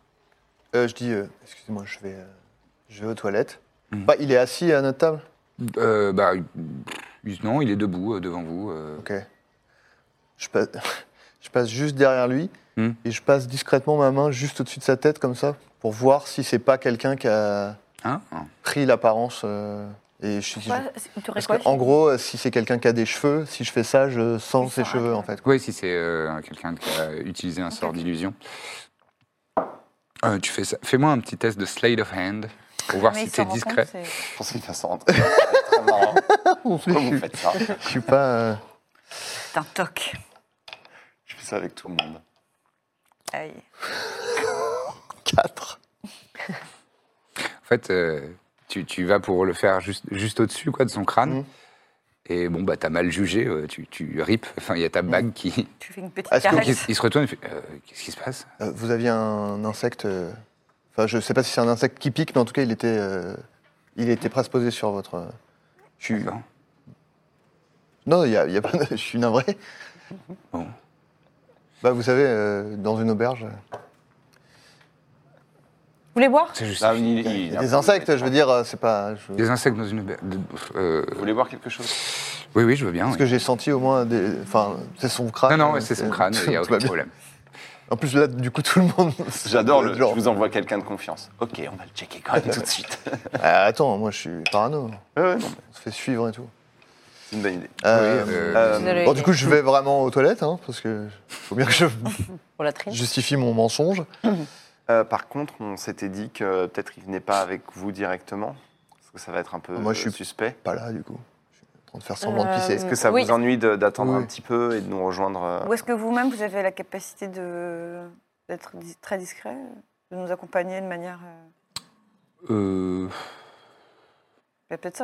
[SPEAKER 3] Euh, je dis, euh, excusez-moi, je vais, euh, je vais aux toilettes. Bah, il est assis à notre table
[SPEAKER 2] Euh, bah, il- non, il est debout euh, devant vous. euh,
[SPEAKER 3] Ok. Je passe, je passe juste derrière lui
[SPEAKER 2] Hmm.
[SPEAKER 3] et je passe discrètement ma main juste au-dessus de sa tête, comme ça, pour voir si c'est pas quelqu'un qui a
[SPEAKER 2] hein, hein.
[SPEAKER 3] pris l'apparence. euh, et je,
[SPEAKER 6] Pourquoi Ils t'auraient
[SPEAKER 3] parce
[SPEAKER 6] quoi
[SPEAKER 3] que, en gros, euh, si c'est quelqu'un qui a des cheveux, si je fais ça, je sens
[SPEAKER 6] Tu
[SPEAKER 3] ses
[SPEAKER 6] sens
[SPEAKER 3] cheveux,
[SPEAKER 6] un-
[SPEAKER 3] en fait. quoi.
[SPEAKER 2] Oui, si c'est euh, quelqu'un qui a utilisé un sort d'illusion. Euh, tu fais ça. Fais-moi un petit test de slate of hand pour voir
[SPEAKER 6] Mais
[SPEAKER 2] si
[SPEAKER 6] ils
[SPEAKER 2] t'es
[SPEAKER 6] Ah s'en rendent
[SPEAKER 2] discret.
[SPEAKER 6] compte, c'est-
[SPEAKER 5] Je pense qu'il va s'en rendre compte. C'est très marrant. Pourquoi vous faites ça
[SPEAKER 3] Je suis pas. euh,
[SPEAKER 6] C'est un toc.
[SPEAKER 5] Je fais ça avec tout le monde.
[SPEAKER 6] Aïe.
[SPEAKER 3] 4.
[SPEAKER 2] En fait, euh, tu, tu vas pour le faire juste, juste au-dessus quoi, de son crâne.
[SPEAKER 3] Mhm.
[SPEAKER 2] Et bon, bah, t'as mal jugé, euh, tu, tu ripes. Enfin, il y a ta
[SPEAKER 6] Mmh.
[SPEAKER 2] bague qui.
[SPEAKER 6] Tu fais une petite
[SPEAKER 3] Est-ce que-
[SPEAKER 2] Donc, il,
[SPEAKER 6] caresse.
[SPEAKER 2] il se retourne et fait Euh, Qu'est-ce qui se passe
[SPEAKER 3] Euh, vous aviez un insecte. euh, Enfin, je sais pas si c'est un insecte qui pique, mais en tout cas, il était, euh, il était presque posé sur votre. euh, je suis-
[SPEAKER 2] D'accord.
[SPEAKER 3] Non, il y a, il y a pas de- Je suis navré.
[SPEAKER 2] Bon.
[SPEAKER 3] Bah, vous savez, euh, dans une auberge,
[SPEAKER 4] Vous voulez boire
[SPEAKER 2] C'est juste.
[SPEAKER 5] Ah, il- il-
[SPEAKER 3] il y
[SPEAKER 5] il
[SPEAKER 3] a
[SPEAKER 5] a-
[SPEAKER 3] des insectes, je veux dire, euh, c'est pas. je-
[SPEAKER 2] Des insectes dans une. auberge. Euh,
[SPEAKER 5] Vous voulez voir quelque chose
[SPEAKER 2] oui, oui, je veux bien.
[SPEAKER 3] Parce
[SPEAKER 2] oui.
[SPEAKER 3] que j'ai senti au moins des. Enfin, c'est son crâne.
[SPEAKER 2] Non, non,
[SPEAKER 3] euh,
[SPEAKER 2] ouais, c'est son crâne, il n'y a
[SPEAKER 3] tout
[SPEAKER 2] aucun
[SPEAKER 3] va bien.
[SPEAKER 2] problème.
[SPEAKER 3] En plus, là, du coup, tout le monde.
[SPEAKER 5] J'adore le.
[SPEAKER 3] genre,
[SPEAKER 5] Je vous envoie quelqu'un de confiance. Ok, on va le checker quand même tout de suite.
[SPEAKER 3] ah, attends, moi, je suis parano.
[SPEAKER 5] Ouais, ouais, non,
[SPEAKER 3] On se fait suivre et tout.
[SPEAKER 5] c'est une bonne idée.
[SPEAKER 3] Euh,
[SPEAKER 2] euh,
[SPEAKER 5] Euh,
[SPEAKER 4] Désolée.
[SPEAKER 3] Bon, du coup, je vais vraiment aux toilettes, hein, parce que faut bien que je
[SPEAKER 4] Pour la triche.
[SPEAKER 3] justifie mon mensonge.
[SPEAKER 5] euh, par contre, on s'était dit que euh, peut-être il venait pas avec vous directement, parce que ça va être un peu
[SPEAKER 3] Moi, je
[SPEAKER 5] euh,
[SPEAKER 3] suis-
[SPEAKER 5] suspect.
[SPEAKER 3] Pas là, du coup. en train de faire semblant de pisser.
[SPEAKER 5] Est-ce que ça
[SPEAKER 4] Oui.
[SPEAKER 5] vous ennuie de- d'attendre
[SPEAKER 3] Oui.
[SPEAKER 5] un petit peu et de nous rejoindre euh,
[SPEAKER 6] Ou est-ce que vous-même, vous avez la capacité de- d'être dis- très discret, de nous accompagner de manière... euh,
[SPEAKER 2] Euh,
[SPEAKER 6] bah, Peut-être ça.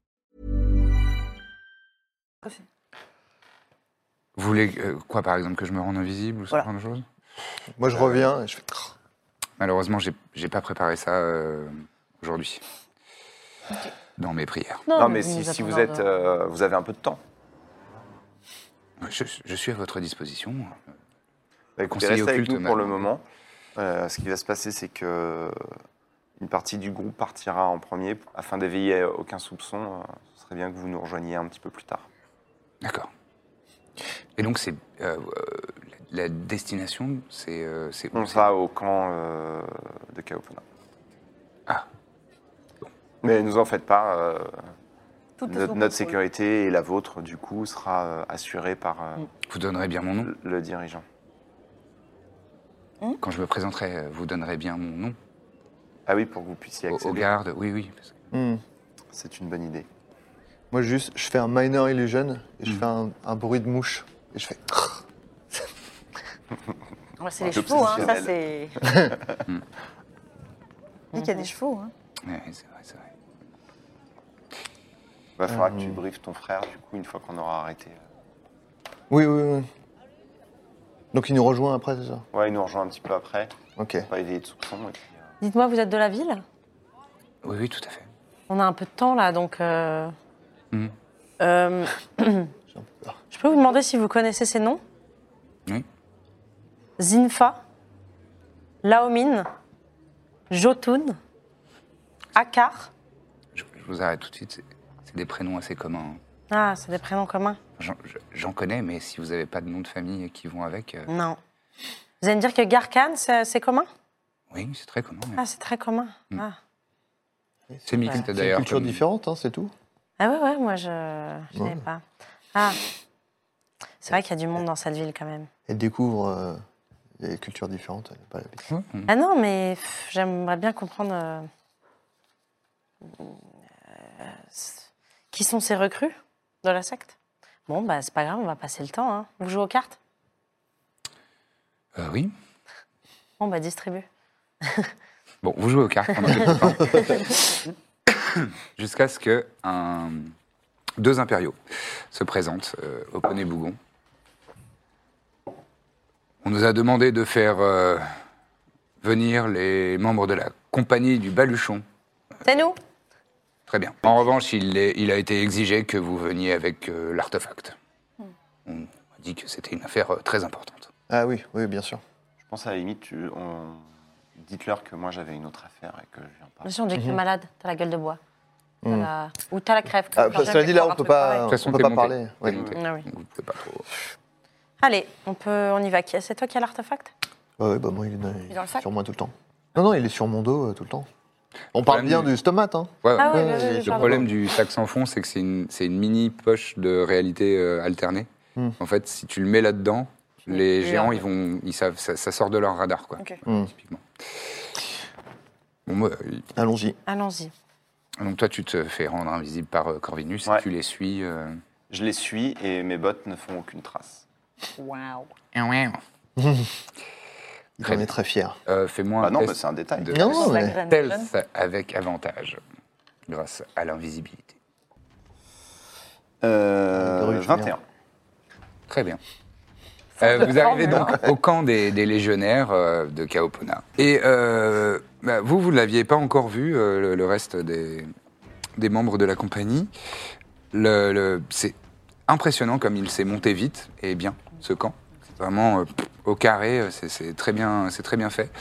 [SPEAKER 2] vous voulez euh, quoi, par exemple, que je me rende invisible ou ce
[SPEAKER 6] Voilà.
[SPEAKER 2] genre de choses
[SPEAKER 3] Moi, je reviens et je fais. crrr.
[SPEAKER 2] Malheureusement, j'ai j'ai pas préparé ça euh, aujourd'hui. Dans mes prières.
[SPEAKER 5] Non, mais si,
[SPEAKER 4] nous
[SPEAKER 5] si vous
[SPEAKER 4] attendons
[SPEAKER 5] êtes,
[SPEAKER 4] de-
[SPEAKER 5] euh, vous avez un peu de temps.
[SPEAKER 2] Je, je suis à votre disposition. euh,
[SPEAKER 5] Bah, écoutez,
[SPEAKER 2] Conseil
[SPEAKER 5] restez avec
[SPEAKER 2] occulte,
[SPEAKER 5] nous pour le
[SPEAKER 2] maintenant.
[SPEAKER 5] moment. Euh, ce qui va se passer, c'est que une partie du groupe partira en premier afin d'éveiller aucun soupçon. euh, ce serait bien que vous nous rejoigniez un petit peu plus tard.
[SPEAKER 2] D'accord. Et donc, c'est euh, euh, la, la destination, c'est euh, c'est où
[SPEAKER 5] On
[SPEAKER 2] c'est-
[SPEAKER 5] va au camp euh, de Kaopona.
[SPEAKER 2] Ah.
[SPEAKER 5] Mais nous en faites pas. euh,
[SPEAKER 6] Tout est
[SPEAKER 5] notre,
[SPEAKER 6] sous
[SPEAKER 5] notre
[SPEAKER 6] contrôle.
[SPEAKER 5] sécurité et la vôtre, du coup, sera euh, assurée par euh,
[SPEAKER 2] Vous donnerez bien mon nom.
[SPEAKER 3] Mmh.
[SPEAKER 5] le- le dirigeant.
[SPEAKER 2] Quand je me présenterai, euh, vous donnerez bien mon nom
[SPEAKER 5] Ah oui, pour que vous puissiez
[SPEAKER 2] au- aux,
[SPEAKER 5] accéder.
[SPEAKER 2] gardes. Oui, oui. parce que-
[SPEAKER 3] Hmm.
[SPEAKER 5] C'est une bonne idée.
[SPEAKER 3] Moi, juste, je fais un minor illusion et
[SPEAKER 2] Mhm.
[SPEAKER 3] je fais un, un bruit de mouche et je fais. crrr.
[SPEAKER 4] Ouais, c'est les
[SPEAKER 5] Job
[SPEAKER 4] chevaux, hein, ça
[SPEAKER 5] sensationnel.
[SPEAKER 4] c'est.
[SPEAKER 6] Il y a
[SPEAKER 4] Mhm.
[SPEAKER 6] des chevaux. Hein.
[SPEAKER 2] Ouais, ouais, c'est vrai, c'est vrai.
[SPEAKER 5] Il va falloir que tu briefes ton frère, du coup, une fois qu'on aura arrêté.
[SPEAKER 3] Oui, oui, oui. Donc, il nous rejoint après, c'est ça
[SPEAKER 5] Ouais, il nous rejoint un petit peu après.
[SPEAKER 3] Ok.
[SPEAKER 5] Pas éveiller de soupçons. et puis, euh,
[SPEAKER 4] Dites-moi, vous êtes de la ville
[SPEAKER 2] Oui, oui, tout à fait.
[SPEAKER 4] On a un peu de temps là, donc. euh,
[SPEAKER 2] Mm.
[SPEAKER 4] euh,
[SPEAKER 3] J'ai un peu peur.
[SPEAKER 4] je peux vous demander si vous connaissez ces noms
[SPEAKER 2] Oui.
[SPEAKER 4] Zinfa, Laomine, Jotun, Akar.
[SPEAKER 2] Je, je vous arrête tout de suite. c'est- C'est des prénoms assez communs.
[SPEAKER 4] Ah, c'est des prénoms communs
[SPEAKER 2] J'en- je- J'en connais, mais si vous n'avez pas de nom de famille qui vont avec, euh,
[SPEAKER 4] Non. Vous allez me dire que Garkan, c'est c'est commun
[SPEAKER 3] Mmh.
[SPEAKER 2] oui, c'est très commun. mais
[SPEAKER 4] Ah, c'est très commun. Ah.
[SPEAKER 2] C'est mixte
[SPEAKER 3] C'est une
[SPEAKER 2] d'ailleurs.
[SPEAKER 3] culture
[SPEAKER 2] comme-
[SPEAKER 3] différente, hein, c'est tout.
[SPEAKER 4] Ah ouais, ouais, moi je, je n'avais pas. Ah, c'est vrai qu'il y a du monde dans cette ville quand même.
[SPEAKER 3] Elle découvre euh, des cultures différentes. Elle n'a pas l'habitude.
[SPEAKER 2] Ouais, ouais.
[SPEAKER 4] Ah non, mais pff, j'aimerais bien comprendre euh, euh, c- qui sont ces recrues de la secte. Bon, bah c'est pas grave, on va passer le temps. hein. Vous jouez aux cartes
[SPEAKER 2] Euh, oui.
[SPEAKER 4] On bah distribue.
[SPEAKER 2] Bon, vous jouez aux cartes pendant quelque temps. Jusqu'à ce que un- deux impériaux se présentent euh, au Poney Bougon. On nous a demandé de faire euh, venir les membres de la compagnie du Baluchon.
[SPEAKER 4] C'est nous
[SPEAKER 2] Très bien. En revanche, il, est- il a été exigé que vous veniez avec euh, l'artefact. On a dit que c'était une affaire euh, très importante.
[SPEAKER 3] Ah oui, oui, bien sûr.
[SPEAKER 5] Je pense à la limite, tu- on- dites-leur que moi j'avais une autre affaire et que je viens pas.
[SPEAKER 4] Bien sûr, on dit
[SPEAKER 3] Mhm.
[SPEAKER 4] que t'es malade, t'as la gueule de bois. T'as la- Ou t'as la crève.
[SPEAKER 3] Ah,
[SPEAKER 4] comme
[SPEAKER 3] bah,
[SPEAKER 4] ça.
[SPEAKER 3] cela dit, là,
[SPEAKER 4] Encore
[SPEAKER 3] on
[SPEAKER 4] un
[SPEAKER 3] peut
[SPEAKER 4] truc
[SPEAKER 3] pas,
[SPEAKER 4] pareil.
[SPEAKER 2] De
[SPEAKER 3] on
[SPEAKER 2] toute façon,
[SPEAKER 3] peut
[SPEAKER 2] t'es
[SPEAKER 3] pas
[SPEAKER 2] monté.
[SPEAKER 3] parler.
[SPEAKER 2] T'es
[SPEAKER 3] Ouais.
[SPEAKER 2] monté.
[SPEAKER 4] Ah oui.
[SPEAKER 2] Vous pouvez pas trop-
[SPEAKER 4] Allez, on, peut... on y va. Qui- C'est toi qui as l'artefact
[SPEAKER 3] Ouais, ouais, bah moi, il est, dans- il
[SPEAKER 6] dans le
[SPEAKER 3] est
[SPEAKER 6] sac
[SPEAKER 3] sur moi tout le temps. Non, non, il est sur mon dos euh, tout le temps. On parle
[SPEAKER 2] problème
[SPEAKER 3] bien
[SPEAKER 2] du-
[SPEAKER 3] du stomate, hein.
[SPEAKER 2] Ouais,
[SPEAKER 4] Ah
[SPEAKER 2] ouais.
[SPEAKER 4] oui,
[SPEAKER 3] ouais,
[SPEAKER 4] oui, oui,
[SPEAKER 3] le
[SPEAKER 2] Le
[SPEAKER 4] pardon.
[SPEAKER 2] problème du sac sans fond, c'est que c'est une, c'est une mini poche de réalité euh, alternée.
[SPEAKER 3] Hmm.
[SPEAKER 2] En fait, si tu le mets là-dedans, les
[SPEAKER 4] Oui,
[SPEAKER 2] géants,
[SPEAKER 4] oui.
[SPEAKER 2] ils vont, ils savent, ça, ça sort de leur radar, quoi.
[SPEAKER 6] Ok.
[SPEAKER 2] Voilà,
[SPEAKER 3] Hmm.
[SPEAKER 2] Typiquement. Bon, bah,
[SPEAKER 3] Allons-y.
[SPEAKER 4] Allons-y.
[SPEAKER 2] donc toi, tu te fais rendre invisible par euh, Corvinus,
[SPEAKER 5] Ouais.
[SPEAKER 2] et tu les suis. euh,
[SPEAKER 5] Je les suis et mes bottes ne font aucune trace.
[SPEAKER 4] Waouh.
[SPEAKER 3] Il
[SPEAKER 2] Très
[SPEAKER 3] en
[SPEAKER 2] bien.
[SPEAKER 3] est très fier.
[SPEAKER 2] euh, Fais-moi
[SPEAKER 5] Ah
[SPEAKER 2] un
[SPEAKER 5] non, mais
[SPEAKER 2] test
[SPEAKER 5] c'est un détail.
[SPEAKER 2] de
[SPEAKER 3] Non,
[SPEAKER 6] La
[SPEAKER 3] mais...
[SPEAKER 6] graine de jeune.
[SPEAKER 2] stealth avec avantage, grâce à l'invisibilité.
[SPEAKER 5] Euh,
[SPEAKER 3] Brut,
[SPEAKER 5] 21.
[SPEAKER 2] Très bien. Euh, vous arrivez donc au camp des, des légionnaires euh, de Kaopona. Et euh, bah, vous, vous ne l'aviez pas encore vu, euh, le, le reste des, des membres de la compagnie. Le- le- c'est impressionnant comme il s'est monté vite et bien, ce camp. C'est vraiment euh, au carré, euh, c'est c'est très, bien- c'est très bien fait.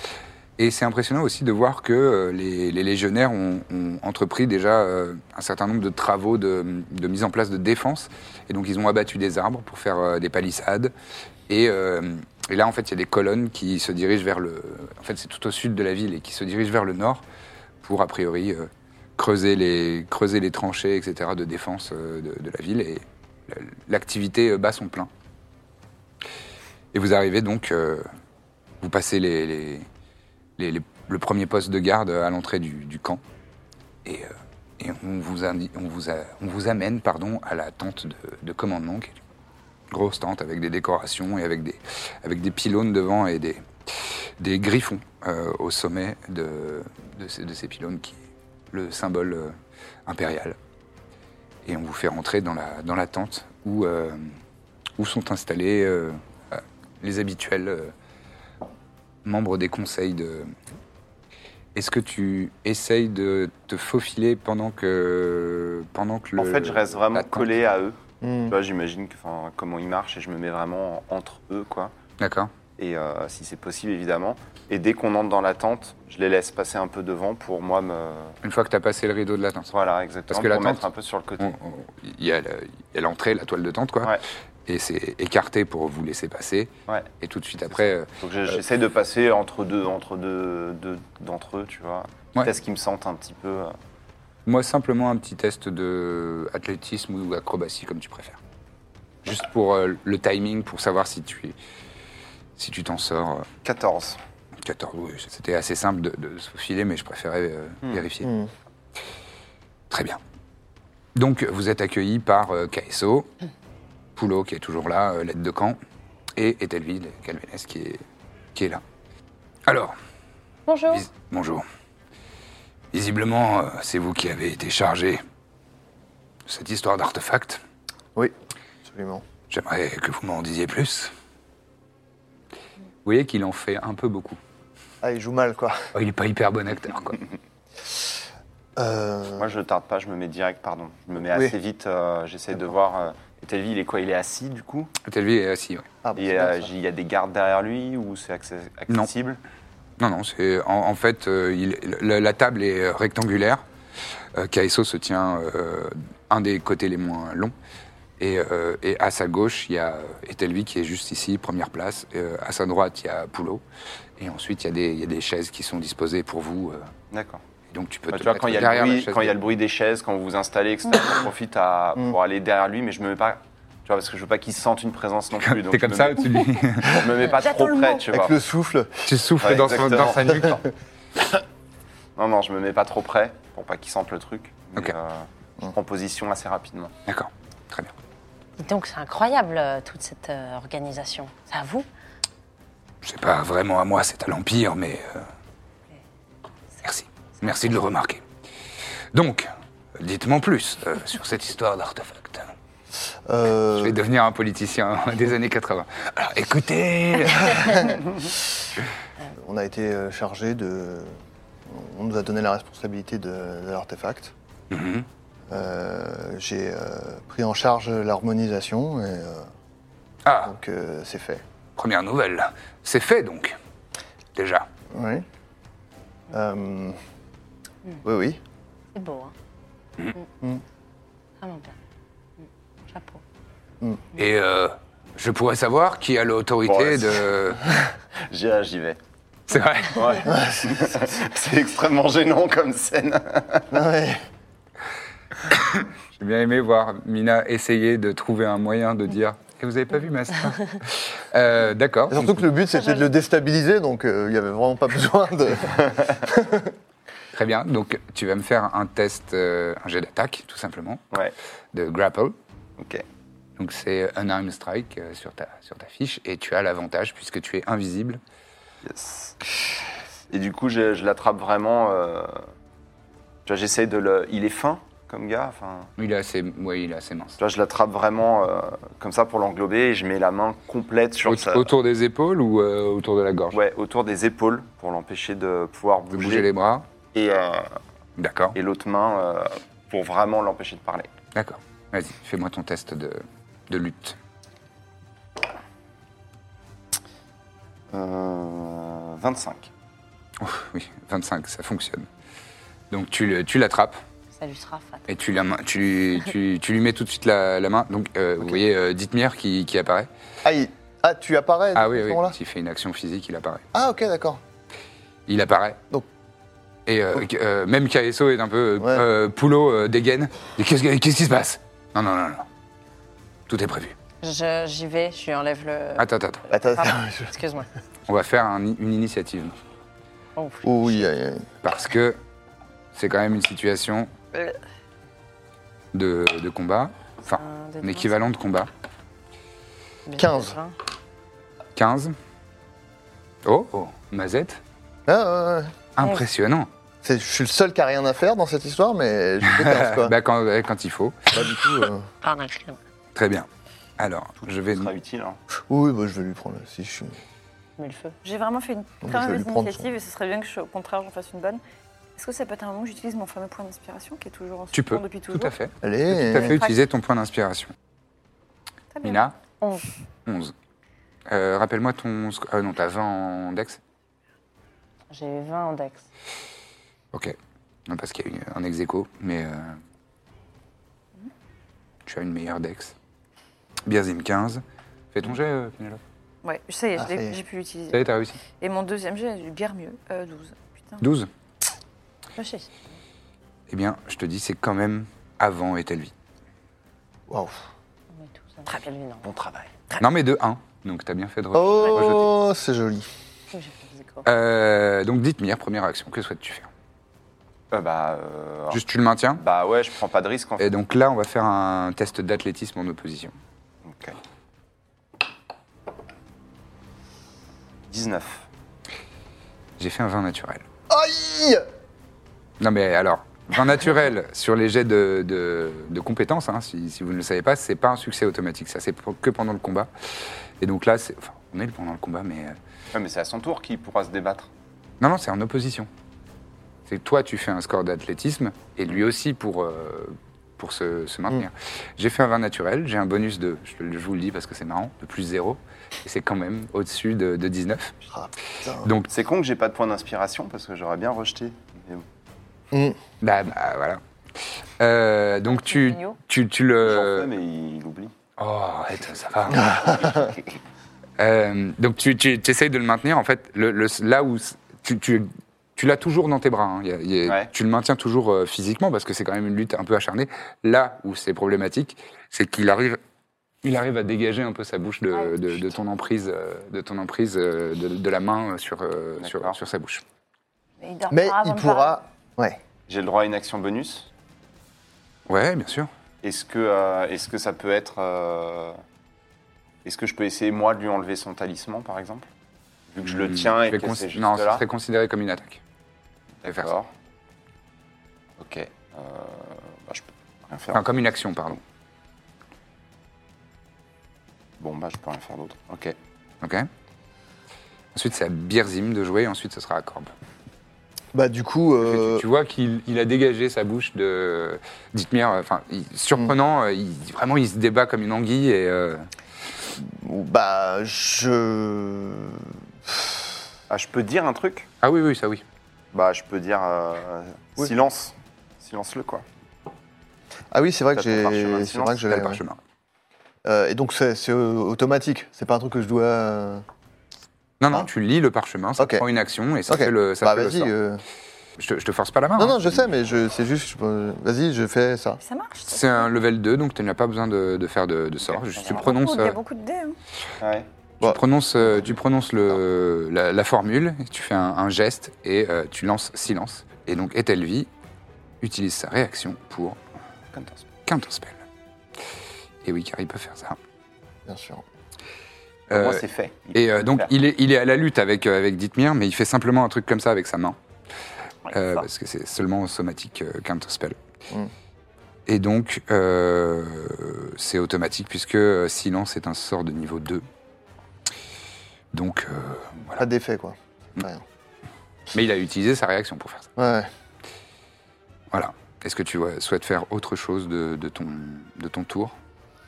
[SPEAKER 2] Et c'est impressionnant aussi de voir que euh, les, les légionnaires ont, ont entrepris déjà euh, un certain nombre de travaux de, de mise en place de défense. Et donc, ils ont abattu des arbres pour faire euh, des palissades. Et, euh, et là, en fait, il y a des colonnes qui se dirigent vers le. En fait, c'est tout au sud de la ville et qui se dirigent vers le nord pour, a priori, euh, creuser, les, creuser les tranchées, etc., de défense euh, de, de la ville. Et la- l'activité euh, bat son plein. Et vous arrivez donc. euh, vous passez les, les- les- les- le premier poste de garde à l'entrée du, du camp. Et, euh, et on, vous indi- on vous a- on vous amène pardon, à la tente de, de commandement, qui est une grosse tente avec des décorations et avec des, avec des pylônes devant et des, des griffons euh, au sommet de, de ces, de ces pylônes, qui est le symbole euh, impérial. Et on vous fait rentrer dans la, dans la tente où, euh, où sont installés euh, euh, les habituels euh, membre des conseils de. Est-ce que tu essayes de te faufiler pendant que pendant que le
[SPEAKER 5] En fait, je reste vraiment
[SPEAKER 2] la tente-
[SPEAKER 5] collé à eux.
[SPEAKER 3] Hmm.
[SPEAKER 5] Tu vois, j'imagine que, enfin, comment ils marchent et je me mets vraiment entre eux, quoi.
[SPEAKER 2] D'accord.
[SPEAKER 5] Et euh, si c'est possible, évidemment. Et dès qu'on entre dans la tente, je les laisse passer un peu devant pour moi me.
[SPEAKER 2] Une fois que tu as passé le rideau de la tente.
[SPEAKER 5] Voilà, exactement.
[SPEAKER 2] Parce que la
[SPEAKER 5] pour mettre
[SPEAKER 2] tente-
[SPEAKER 5] un peu sur le côté.
[SPEAKER 2] On- on- Il y a le- il y a l'entrée, la toile de tente, quoi.
[SPEAKER 5] Ouais.
[SPEAKER 2] Et c'est écarté pour vous laisser passer.
[SPEAKER 5] Ouais.
[SPEAKER 2] Et tout de suite après, euh,
[SPEAKER 5] Donc j'ai- j'essaie de passer entre deux, entre deux, deux d'entre eux, tu vois.
[SPEAKER 2] Ouais.
[SPEAKER 5] Peut-être qu'ils me sentent un petit peu. euh,
[SPEAKER 2] moi simplement un petit test de athlétisme ou acrobatie comme tu préfères. Juste pour euh, le timing, pour savoir si tu es- si tu t'en sors. euh,
[SPEAKER 5] 14.
[SPEAKER 2] 14, oui, c'était assez simple de, de se filer, mais je préférais euh, vérifier.
[SPEAKER 3] Hmm.
[SPEAKER 2] Très bien. Donc, vous êtes accueillis par euh, KSO, Poulot qui est toujours là, euh, l'aide de camp, et Etelville Calvenes qui est, qui est là. Alors,
[SPEAKER 4] Bonjour.
[SPEAKER 2] vis- bonjour. Visiblement, euh, c'est vous qui avez été chargé de cette histoire d'artefact.
[SPEAKER 3] Oui, absolument.
[SPEAKER 2] J'aimerais que vous m'en disiez plus. Vous voyez qu'il en fait un peu beaucoup.
[SPEAKER 3] Ah, il joue mal, quoi.
[SPEAKER 2] Oh, il n'est pas hyper bon acteur, quoi.
[SPEAKER 3] Euh,
[SPEAKER 5] Moi, je tarde pas, je me mets direct, pardon. Je me mets
[SPEAKER 3] Oui.
[SPEAKER 5] assez vite, euh, j'essaie de voir. euh, et Telvi, il est quoi Il est assis, du coup
[SPEAKER 2] Etelville est assis, oui.
[SPEAKER 3] ah, bah,
[SPEAKER 5] Et
[SPEAKER 3] c'est
[SPEAKER 5] euh,
[SPEAKER 3] bien, ça.
[SPEAKER 5] j- il y a des gardes derrière lui ou c'est accé-
[SPEAKER 2] Non.
[SPEAKER 5] accessible
[SPEAKER 2] Non, non, c'est en, en fait, euh, il- la, la table est euh, rectangulaire. Euh, Kaeso se tient euh, un des côtés les moins longs. Et, euh, et à sa gauche, il y a Etelvi qui est juste ici, première place. Euh, à sa droite, il y a Poulot. Et ensuite, il y, a des- il y a des chaises qui sont disposées pour vous. euh.
[SPEAKER 5] D'accord.
[SPEAKER 2] Et donc, tu peux te
[SPEAKER 5] Bah, tu vois,
[SPEAKER 2] mettre
[SPEAKER 5] quand il y, a le
[SPEAKER 2] derrière la
[SPEAKER 5] bruit,
[SPEAKER 2] chaise
[SPEAKER 5] quand il y a
[SPEAKER 2] de-
[SPEAKER 5] le bruit des chaises, quand vous vous installez, etc., j'en profite à,
[SPEAKER 3] Mm.
[SPEAKER 5] pour aller derrière lui, mais je me mets pas. Tu vois, parce que je veux pas qu'il sente une présence non plus. donc
[SPEAKER 2] T'es
[SPEAKER 5] je
[SPEAKER 2] comme
[SPEAKER 5] me
[SPEAKER 2] ça,
[SPEAKER 5] mets-
[SPEAKER 2] tu, lui-
[SPEAKER 5] Je me mets pas trop près, tu vois.
[SPEAKER 3] Avec le souffle.
[SPEAKER 2] tu souffles
[SPEAKER 5] Ouais,
[SPEAKER 2] dans, son-
[SPEAKER 5] exactement.
[SPEAKER 2] dans sa nuque.
[SPEAKER 5] Non, non, je me mets pas trop près pour pas qu'il sente le truc. Mais,
[SPEAKER 2] Ok. Mm.
[SPEAKER 5] euh, je prends position assez rapidement.
[SPEAKER 2] D'accord, très bien.
[SPEAKER 4] Dis donc, c'est incroyable euh, toute cette euh, organisation. C'est à vous
[SPEAKER 2] C'est pas vraiment à moi, c'est à l'Empire, mais. euh, Merci. Merci de le remarquer. Donc, dites-moi plus euh, sur cette histoire d'artefact.
[SPEAKER 3] Euh,
[SPEAKER 2] Je vais devenir un politicien des années 80. Alors, écoutez.
[SPEAKER 3] On a été euh, chargé de. On nous a donné la responsabilité de, de l'artefact.
[SPEAKER 2] Mhm.
[SPEAKER 3] Euh, J'ai euh, pris en charge l'harmonisation et euh,
[SPEAKER 2] Ah,
[SPEAKER 3] donc euh, c'est fait.
[SPEAKER 2] première nouvelle. C'est fait donc. Déjà.
[SPEAKER 3] Oui. Euh, Oui, oui.
[SPEAKER 4] C'est beau, hein Mm. Vraiment bien. Mm. Chapeau.
[SPEAKER 2] Et euh, je pourrais savoir qui a l'autorité
[SPEAKER 5] Ouais, c'est-
[SPEAKER 2] de.
[SPEAKER 5] J'y ah, j'y vais.
[SPEAKER 2] C'est vrai.
[SPEAKER 5] Ouais. c'est extrêmement gênant comme scène.
[SPEAKER 3] Ah ouais.
[SPEAKER 2] J'ai bien aimé voir Mina essayer de trouver un moyen de dire. Et vous avez pas vu ma star Euh, D'accord.
[SPEAKER 3] Et surtout que le but c'était de le déstabiliser, donc euh, il n'y avait vraiment pas besoin de.
[SPEAKER 2] Très bien, donc tu vas me faire un test, euh, un jet d'attaque, tout simplement,
[SPEAKER 5] Ouais,
[SPEAKER 2] de grapple.
[SPEAKER 5] ok.
[SPEAKER 2] Donc c'est un arm strike euh, sur, ta, sur ta fiche, et tu as l'avantage puisque tu es invisible.
[SPEAKER 5] Yes. Et du coup, je, je l'attrape vraiment. euh, Tu vois, j'essaye de le. Il est fin comme gars. Enfin,
[SPEAKER 2] Il est assez, ouais, il est assez mince.
[SPEAKER 5] tu vois, je l'attrape vraiment euh, comme ça pour l'englober et je mets la main complète sur
[SPEAKER 2] Aut-
[SPEAKER 5] sa-
[SPEAKER 2] Autour des épaules ou euh, autour de la gorge
[SPEAKER 5] Ouais, autour des épaules pour l'empêcher de pouvoir
[SPEAKER 2] De
[SPEAKER 5] bouger.
[SPEAKER 2] bouger les bras
[SPEAKER 5] Et, euh,
[SPEAKER 2] D'accord,
[SPEAKER 5] et l'autre main euh, pour vraiment l'empêcher de parler.
[SPEAKER 2] d'accord. Vas-y, fais-moi ton test de, de lutte.
[SPEAKER 5] Euh, 25.
[SPEAKER 2] Oui, 25, ça fonctionne. Donc tu le- tu l'attrapes
[SPEAKER 4] Ça lui sera fat.
[SPEAKER 2] et tu, la main- tu, lui- tu- tu lui mets tout de suite la, la main. Donc euh, vous voyez euh, Dithmir qui, qui apparaît.
[SPEAKER 3] Ah, il- ah, tu apparais
[SPEAKER 2] Ah
[SPEAKER 3] à
[SPEAKER 2] oui,
[SPEAKER 3] ce
[SPEAKER 2] oui,
[SPEAKER 3] moment-là
[SPEAKER 2] quand il fait une action physique, il apparaît.
[SPEAKER 3] Ah, ok, d'accord.
[SPEAKER 2] Il apparaît.
[SPEAKER 3] Donc.
[SPEAKER 2] Et euh, euh, même KSO est un peu euh,
[SPEAKER 3] Ouais.
[SPEAKER 2] euh, poulot, euh, dégaine. Et Qu'est-ce que- qu'est-ce qui se passe Non, non, non, non. Tout est prévu.
[SPEAKER 4] Je- J'y vais, je lui enlève le. Ah,
[SPEAKER 2] Attends, attends, attends.
[SPEAKER 3] Attends,
[SPEAKER 4] Pardon,
[SPEAKER 3] attends, je-
[SPEAKER 4] Excuse-moi.
[SPEAKER 2] On va faire un- une initiative.
[SPEAKER 4] Oh,
[SPEAKER 3] Ouh, oui, aïe, aïe.
[SPEAKER 2] Parce que c'est quand même une situation de, de combat. Enfin,
[SPEAKER 4] un, deux,
[SPEAKER 2] un
[SPEAKER 4] trois,
[SPEAKER 2] équivalent de combat.
[SPEAKER 4] cinq,
[SPEAKER 3] Quinze.
[SPEAKER 2] 15. Oh, oh, Mazette.
[SPEAKER 3] Ah, ouais, ouais.
[SPEAKER 2] Impressionnant.
[SPEAKER 3] C'est- Je suis le seul qui a rien à faire dans cette histoire, mais je fais 15, quoi.
[SPEAKER 2] Bah, quand, ouais, quand il faut.
[SPEAKER 3] Pas du tout.
[SPEAKER 2] hein.
[SPEAKER 3] euh.
[SPEAKER 4] Pardon, excuse-moi.
[SPEAKER 2] Très bien. Alors, je vais.
[SPEAKER 5] Ce sera utile. hein.
[SPEAKER 3] Oui, bah, je vais lui prendre. Si je suis...
[SPEAKER 4] Mets le feu.
[SPEAKER 6] J'ai vraiment fait une
[SPEAKER 3] mais je
[SPEAKER 6] très
[SPEAKER 3] vais
[SPEAKER 6] mauvaise
[SPEAKER 3] lui prendre
[SPEAKER 6] initiative et ce serait bien que, je- au contraire, j'en fasse une bonne. Est-ce que ça peut être un moment où j'utilise mon fameux point d'inspiration qui est toujours en
[SPEAKER 2] Tu peux.
[SPEAKER 6] suspens depuis
[SPEAKER 2] Tout
[SPEAKER 6] toujours
[SPEAKER 2] à fait.
[SPEAKER 3] Allez.
[SPEAKER 2] Tout à fait
[SPEAKER 6] Crac.
[SPEAKER 2] utiliser ton point d'inspiration.
[SPEAKER 6] Très bien.
[SPEAKER 2] Mina
[SPEAKER 4] Onze.
[SPEAKER 2] 11. Euh, Rappelle-moi ton. sc- Ah non, t'as 20 en dex
[SPEAKER 4] J'ai 20 en dex.
[SPEAKER 2] Ok. Non, parce qu'il y a eu un ex aequo, mais. euh, Tu as une meilleure dex. Birzim 15. Fais ton jet, euh, Pénélope.
[SPEAKER 6] Ouais, ça y est, je
[SPEAKER 3] Ah, ça y
[SPEAKER 6] l'ai-
[SPEAKER 3] est.
[SPEAKER 6] j'ai pu
[SPEAKER 2] Ça y
[SPEAKER 6] l'utiliser.
[SPEAKER 2] est, t'as réussi.
[SPEAKER 6] Et mon deuxième jet, j'ai eu guère mieux. Euh, 12. Putain.
[SPEAKER 2] 12.
[SPEAKER 4] Je sais.
[SPEAKER 2] Eh bien, je te dis, c'est quand même avant Etelvi.
[SPEAKER 3] hein. Waouh.
[SPEAKER 4] On est tous un Très bien.
[SPEAKER 5] Bon travail.
[SPEAKER 2] Non, mais de 1. Donc, t'as bien fait de re- rejeter.
[SPEAKER 3] Oh, c'est joli.
[SPEAKER 4] J'ai fait physico.
[SPEAKER 2] Euh, donc, dites-moi, première action, que souhaites-tu faire
[SPEAKER 5] Euh, bah, euh, alors-
[SPEAKER 2] Juste, tu le maintiens
[SPEAKER 5] bah ouais, je prends pas de risque en fait.
[SPEAKER 2] Et donc là, on va faire un test d'athlétisme en opposition.
[SPEAKER 5] Ok. euh. 19.
[SPEAKER 2] J'ai fait un 20 naturel.
[SPEAKER 3] Aïe
[SPEAKER 2] Non mais alors, vin naturel sur les jets de, de- de compétences, hein, si, si vous ne le savez pas, c'est pas un succès automatique, ça c'est pour- que pendant le combat. Et donc là, c'est, enfin, on est le pendant le combat, mais... euh,
[SPEAKER 5] Ouais, mais c'est à son tour qu'il pourra se débattre.
[SPEAKER 2] Non, non, c'est en opposition. C'est que toi, tu fais un score d'athlétisme, et lui aussi pour, euh, pour se, se maintenir. J'ai fait un 20 naturel, j'ai un bonus de, je, te le- je vous le dis parce que c'est marrant, de plus 0, et c'est quand même au-dessus de, de 19.
[SPEAKER 3] Ah, putain.
[SPEAKER 2] Donc,
[SPEAKER 5] C'est con que j'ai pas de point d'inspiration parce que j'aurais bien rejeté. Mais bon,
[SPEAKER 2] bah, bah, voilà. Euh, donc tu,
[SPEAKER 4] Mignon.
[SPEAKER 2] tu, tu
[SPEAKER 5] j'en
[SPEAKER 2] le...
[SPEAKER 5] fais, mais il, il oublie.
[SPEAKER 2] Oh, arrête, ça va. hein. Euh, donc tu, tu, tu essayes de le maintenir. En fait, le, le- là où c- tu, tu, tu l'as toujours dans tes bras, hein. Il y a- il y a-
[SPEAKER 5] Ouais.
[SPEAKER 2] tu le maintiens toujours euh, physiquement parce que c'est quand même une lutte un peu acharnée. Là où c'est problématique, c'est qu'il arrive, il arrive à dégager un peu sa bouche de, de, de ton emprise, euh, de ton emprise euh, de, de la main euh, sur, euh, sur,
[SPEAKER 5] D'accord.
[SPEAKER 2] sur sa bouche.
[SPEAKER 6] Mais il, dormira
[SPEAKER 3] Mais
[SPEAKER 6] avant
[SPEAKER 3] il
[SPEAKER 6] de
[SPEAKER 3] pourra.
[SPEAKER 6] parler.
[SPEAKER 3] Ouais.
[SPEAKER 5] J'ai le droit à une action bonus.
[SPEAKER 2] Ouais, bien sûr.
[SPEAKER 5] Est-ce que, euh, est-ce que ça peut être. euh, Est-ce que je peux essayer moi de lui enlever son talisman par exemple Vu que je le tiens
[SPEAKER 2] Hmm,
[SPEAKER 5] et
[SPEAKER 2] Je vais
[SPEAKER 5] que
[SPEAKER 2] cons-
[SPEAKER 5] c'est juste
[SPEAKER 2] non, ça
[SPEAKER 5] là.
[SPEAKER 2] serait considéré comme une attaque. Je vais faire ça.
[SPEAKER 5] D'accord. Ok. Euh, bah, je peux rien faire.
[SPEAKER 2] Enfin, comme une action, pardon.
[SPEAKER 5] Bon, bah je peux rien faire d'autre. Ok.
[SPEAKER 2] Ok. Ensuite, c'est à Birzim de jouer. Ensuite, ce sera à Corbe.
[SPEAKER 3] Bah, du coup.
[SPEAKER 2] Tu-
[SPEAKER 3] euh,
[SPEAKER 2] Tu, vois qu'il il a dégagé sa bouche de Dithmir. Enfin, il-
[SPEAKER 3] Mm.
[SPEAKER 2] surprenant. euh, il- vraiment, il se débat comme une anguille et euh,
[SPEAKER 3] Bah, je.
[SPEAKER 5] Ah, je peux dire un truc
[SPEAKER 2] ah oui, oui, ça oui.
[SPEAKER 5] Bah, je peux dire euh,
[SPEAKER 3] Oui.
[SPEAKER 5] silence. Silence-le, quoi.
[SPEAKER 3] Ah oui, c'est vrai que
[SPEAKER 5] Ça te marche,
[SPEAKER 3] j'ai.
[SPEAKER 5] hein,
[SPEAKER 3] C'est vrai que
[SPEAKER 2] T'as
[SPEAKER 3] je l'ai.
[SPEAKER 2] le
[SPEAKER 3] ouais.
[SPEAKER 2] parchemin.
[SPEAKER 3] Euh, et donc, c'est c'est, euh, automatique. C'est pas un truc que je dois. euh,
[SPEAKER 2] Non, non,
[SPEAKER 3] Ah.
[SPEAKER 2] tu lis le parchemin, ça
[SPEAKER 3] Ok.
[SPEAKER 2] prend une action et ça
[SPEAKER 3] Ok.
[SPEAKER 2] fait le, ça
[SPEAKER 3] bah,
[SPEAKER 2] fait le
[SPEAKER 3] vas-y.
[SPEAKER 2] sort.
[SPEAKER 3] euh,
[SPEAKER 2] Je, te, je te force pas la main.
[SPEAKER 3] Non,
[SPEAKER 2] hein.
[SPEAKER 3] non, je sais, mais je... c'est juste. je- Vas-y, je fais ça.
[SPEAKER 6] Ça marche. ça.
[SPEAKER 2] C'est un level 2, donc tu n'as pas besoin de, de faire de, de sort.
[SPEAKER 5] Ok.
[SPEAKER 2] Juste, tu
[SPEAKER 5] Il y a
[SPEAKER 2] prononces,
[SPEAKER 6] Oh, Il y a
[SPEAKER 2] euh,
[SPEAKER 6] beaucoup de dés. hein.
[SPEAKER 5] Ah Ouais.
[SPEAKER 2] tu prononces, euh, tu prononces le, la, la formule, et tu fais un, un geste et euh, tu lances silence. Et donc, Etelvi utilise sa réaction pour counterspell. Et oui, car il peut faire ça.
[SPEAKER 3] Bien sûr.
[SPEAKER 5] Pour Moi,
[SPEAKER 2] Euh,
[SPEAKER 5] c'est fait. Il
[SPEAKER 2] Et
[SPEAKER 5] peut
[SPEAKER 2] euh,
[SPEAKER 5] le
[SPEAKER 2] donc,
[SPEAKER 5] faire.
[SPEAKER 2] il est, il est à la lutte avec, euh, avec Dithmir, mais il fait simplement un truc comme ça avec sa main,
[SPEAKER 5] Ouais,
[SPEAKER 2] euh,
[SPEAKER 5] ça.
[SPEAKER 2] parce que c'est seulement somatique euh, counterspell.
[SPEAKER 3] Mm.
[SPEAKER 2] Et donc, euh, c'est automatique, puisque euh, silence est un sort de niveau 2. Donc, euh,
[SPEAKER 3] Pas d'effet, quoi.
[SPEAKER 2] Mm.
[SPEAKER 3] Rien.
[SPEAKER 2] mais il a utilisé sa réaction pour faire ça.
[SPEAKER 3] Ouais.
[SPEAKER 2] Voilà. Est-ce que tu euh, souhaites faire autre chose de, de ton, de ton tour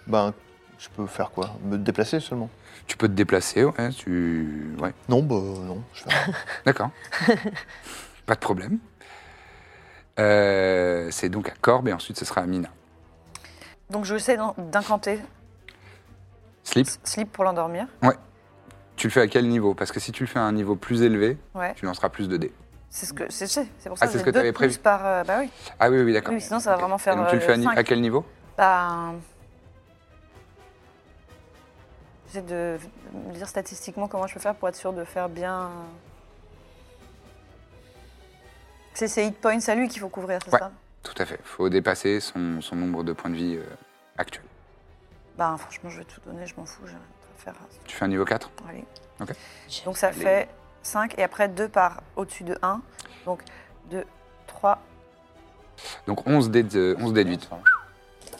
[SPEAKER 3] Ben, Je peux faire quoi Me déplacer seulement
[SPEAKER 2] Tu peux te déplacer, ouais. Tu... ouais.
[SPEAKER 3] Non, bah non. Je fais rien.
[SPEAKER 2] D'accord. Pas de problème. Euh, c'est donc à Corbe et ensuite ce sera à Mina.
[SPEAKER 6] Donc je essaie d'en- d'incanter
[SPEAKER 2] Slip,
[SPEAKER 6] S- Sleep pour l'endormir.
[SPEAKER 2] tu le fais à quel niveau Parce que si tu le fais à un niveau plus élevé,
[SPEAKER 6] Ouais.
[SPEAKER 2] tu lanceras plus de dés.
[SPEAKER 6] C'est ce que c'est c'est- c'est pour ça
[SPEAKER 2] Ah,
[SPEAKER 6] que
[SPEAKER 2] c'est
[SPEAKER 6] j'ai
[SPEAKER 2] ce que
[SPEAKER 6] deux
[SPEAKER 2] t'avais
[SPEAKER 6] de
[SPEAKER 2] prévu.
[SPEAKER 6] plus par euh, bah oui.
[SPEAKER 2] Ah oui, oui, oui, d'accord.
[SPEAKER 6] Oui, sinon, ça va
[SPEAKER 2] Ok.
[SPEAKER 6] vraiment faire,
[SPEAKER 2] Et donc tu le
[SPEAKER 6] euh,
[SPEAKER 2] fais à, ni-
[SPEAKER 6] cinq.
[SPEAKER 2] à quel niveau
[SPEAKER 6] Bah J'essaie de de me dire statistiquement comment je peux faire pour être sûr de faire bien. C'est ses hit points à lui qu'il faut couvrir, c'est
[SPEAKER 2] Ouais.
[SPEAKER 6] ça
[SPEAKER 2] Tout à fait. faut dépasser son, son nombre de points de vie euh, actuel.
[SPEAKER 6] Bah franchement, je vais tout donner, je m'en fous, j'ai rien à faire.
[SPEAKER 2] Tu fais un niveau 4
[SPEAKER 6] Allez.
[SPEAKER 2] Ok.
[SPEAKER 6] Donc ça fait 5 et après 2 par au-dessus de 1. Donc 2, 3.
[SPEAKER 2] Donc 11 dés de, 11 dés de 8.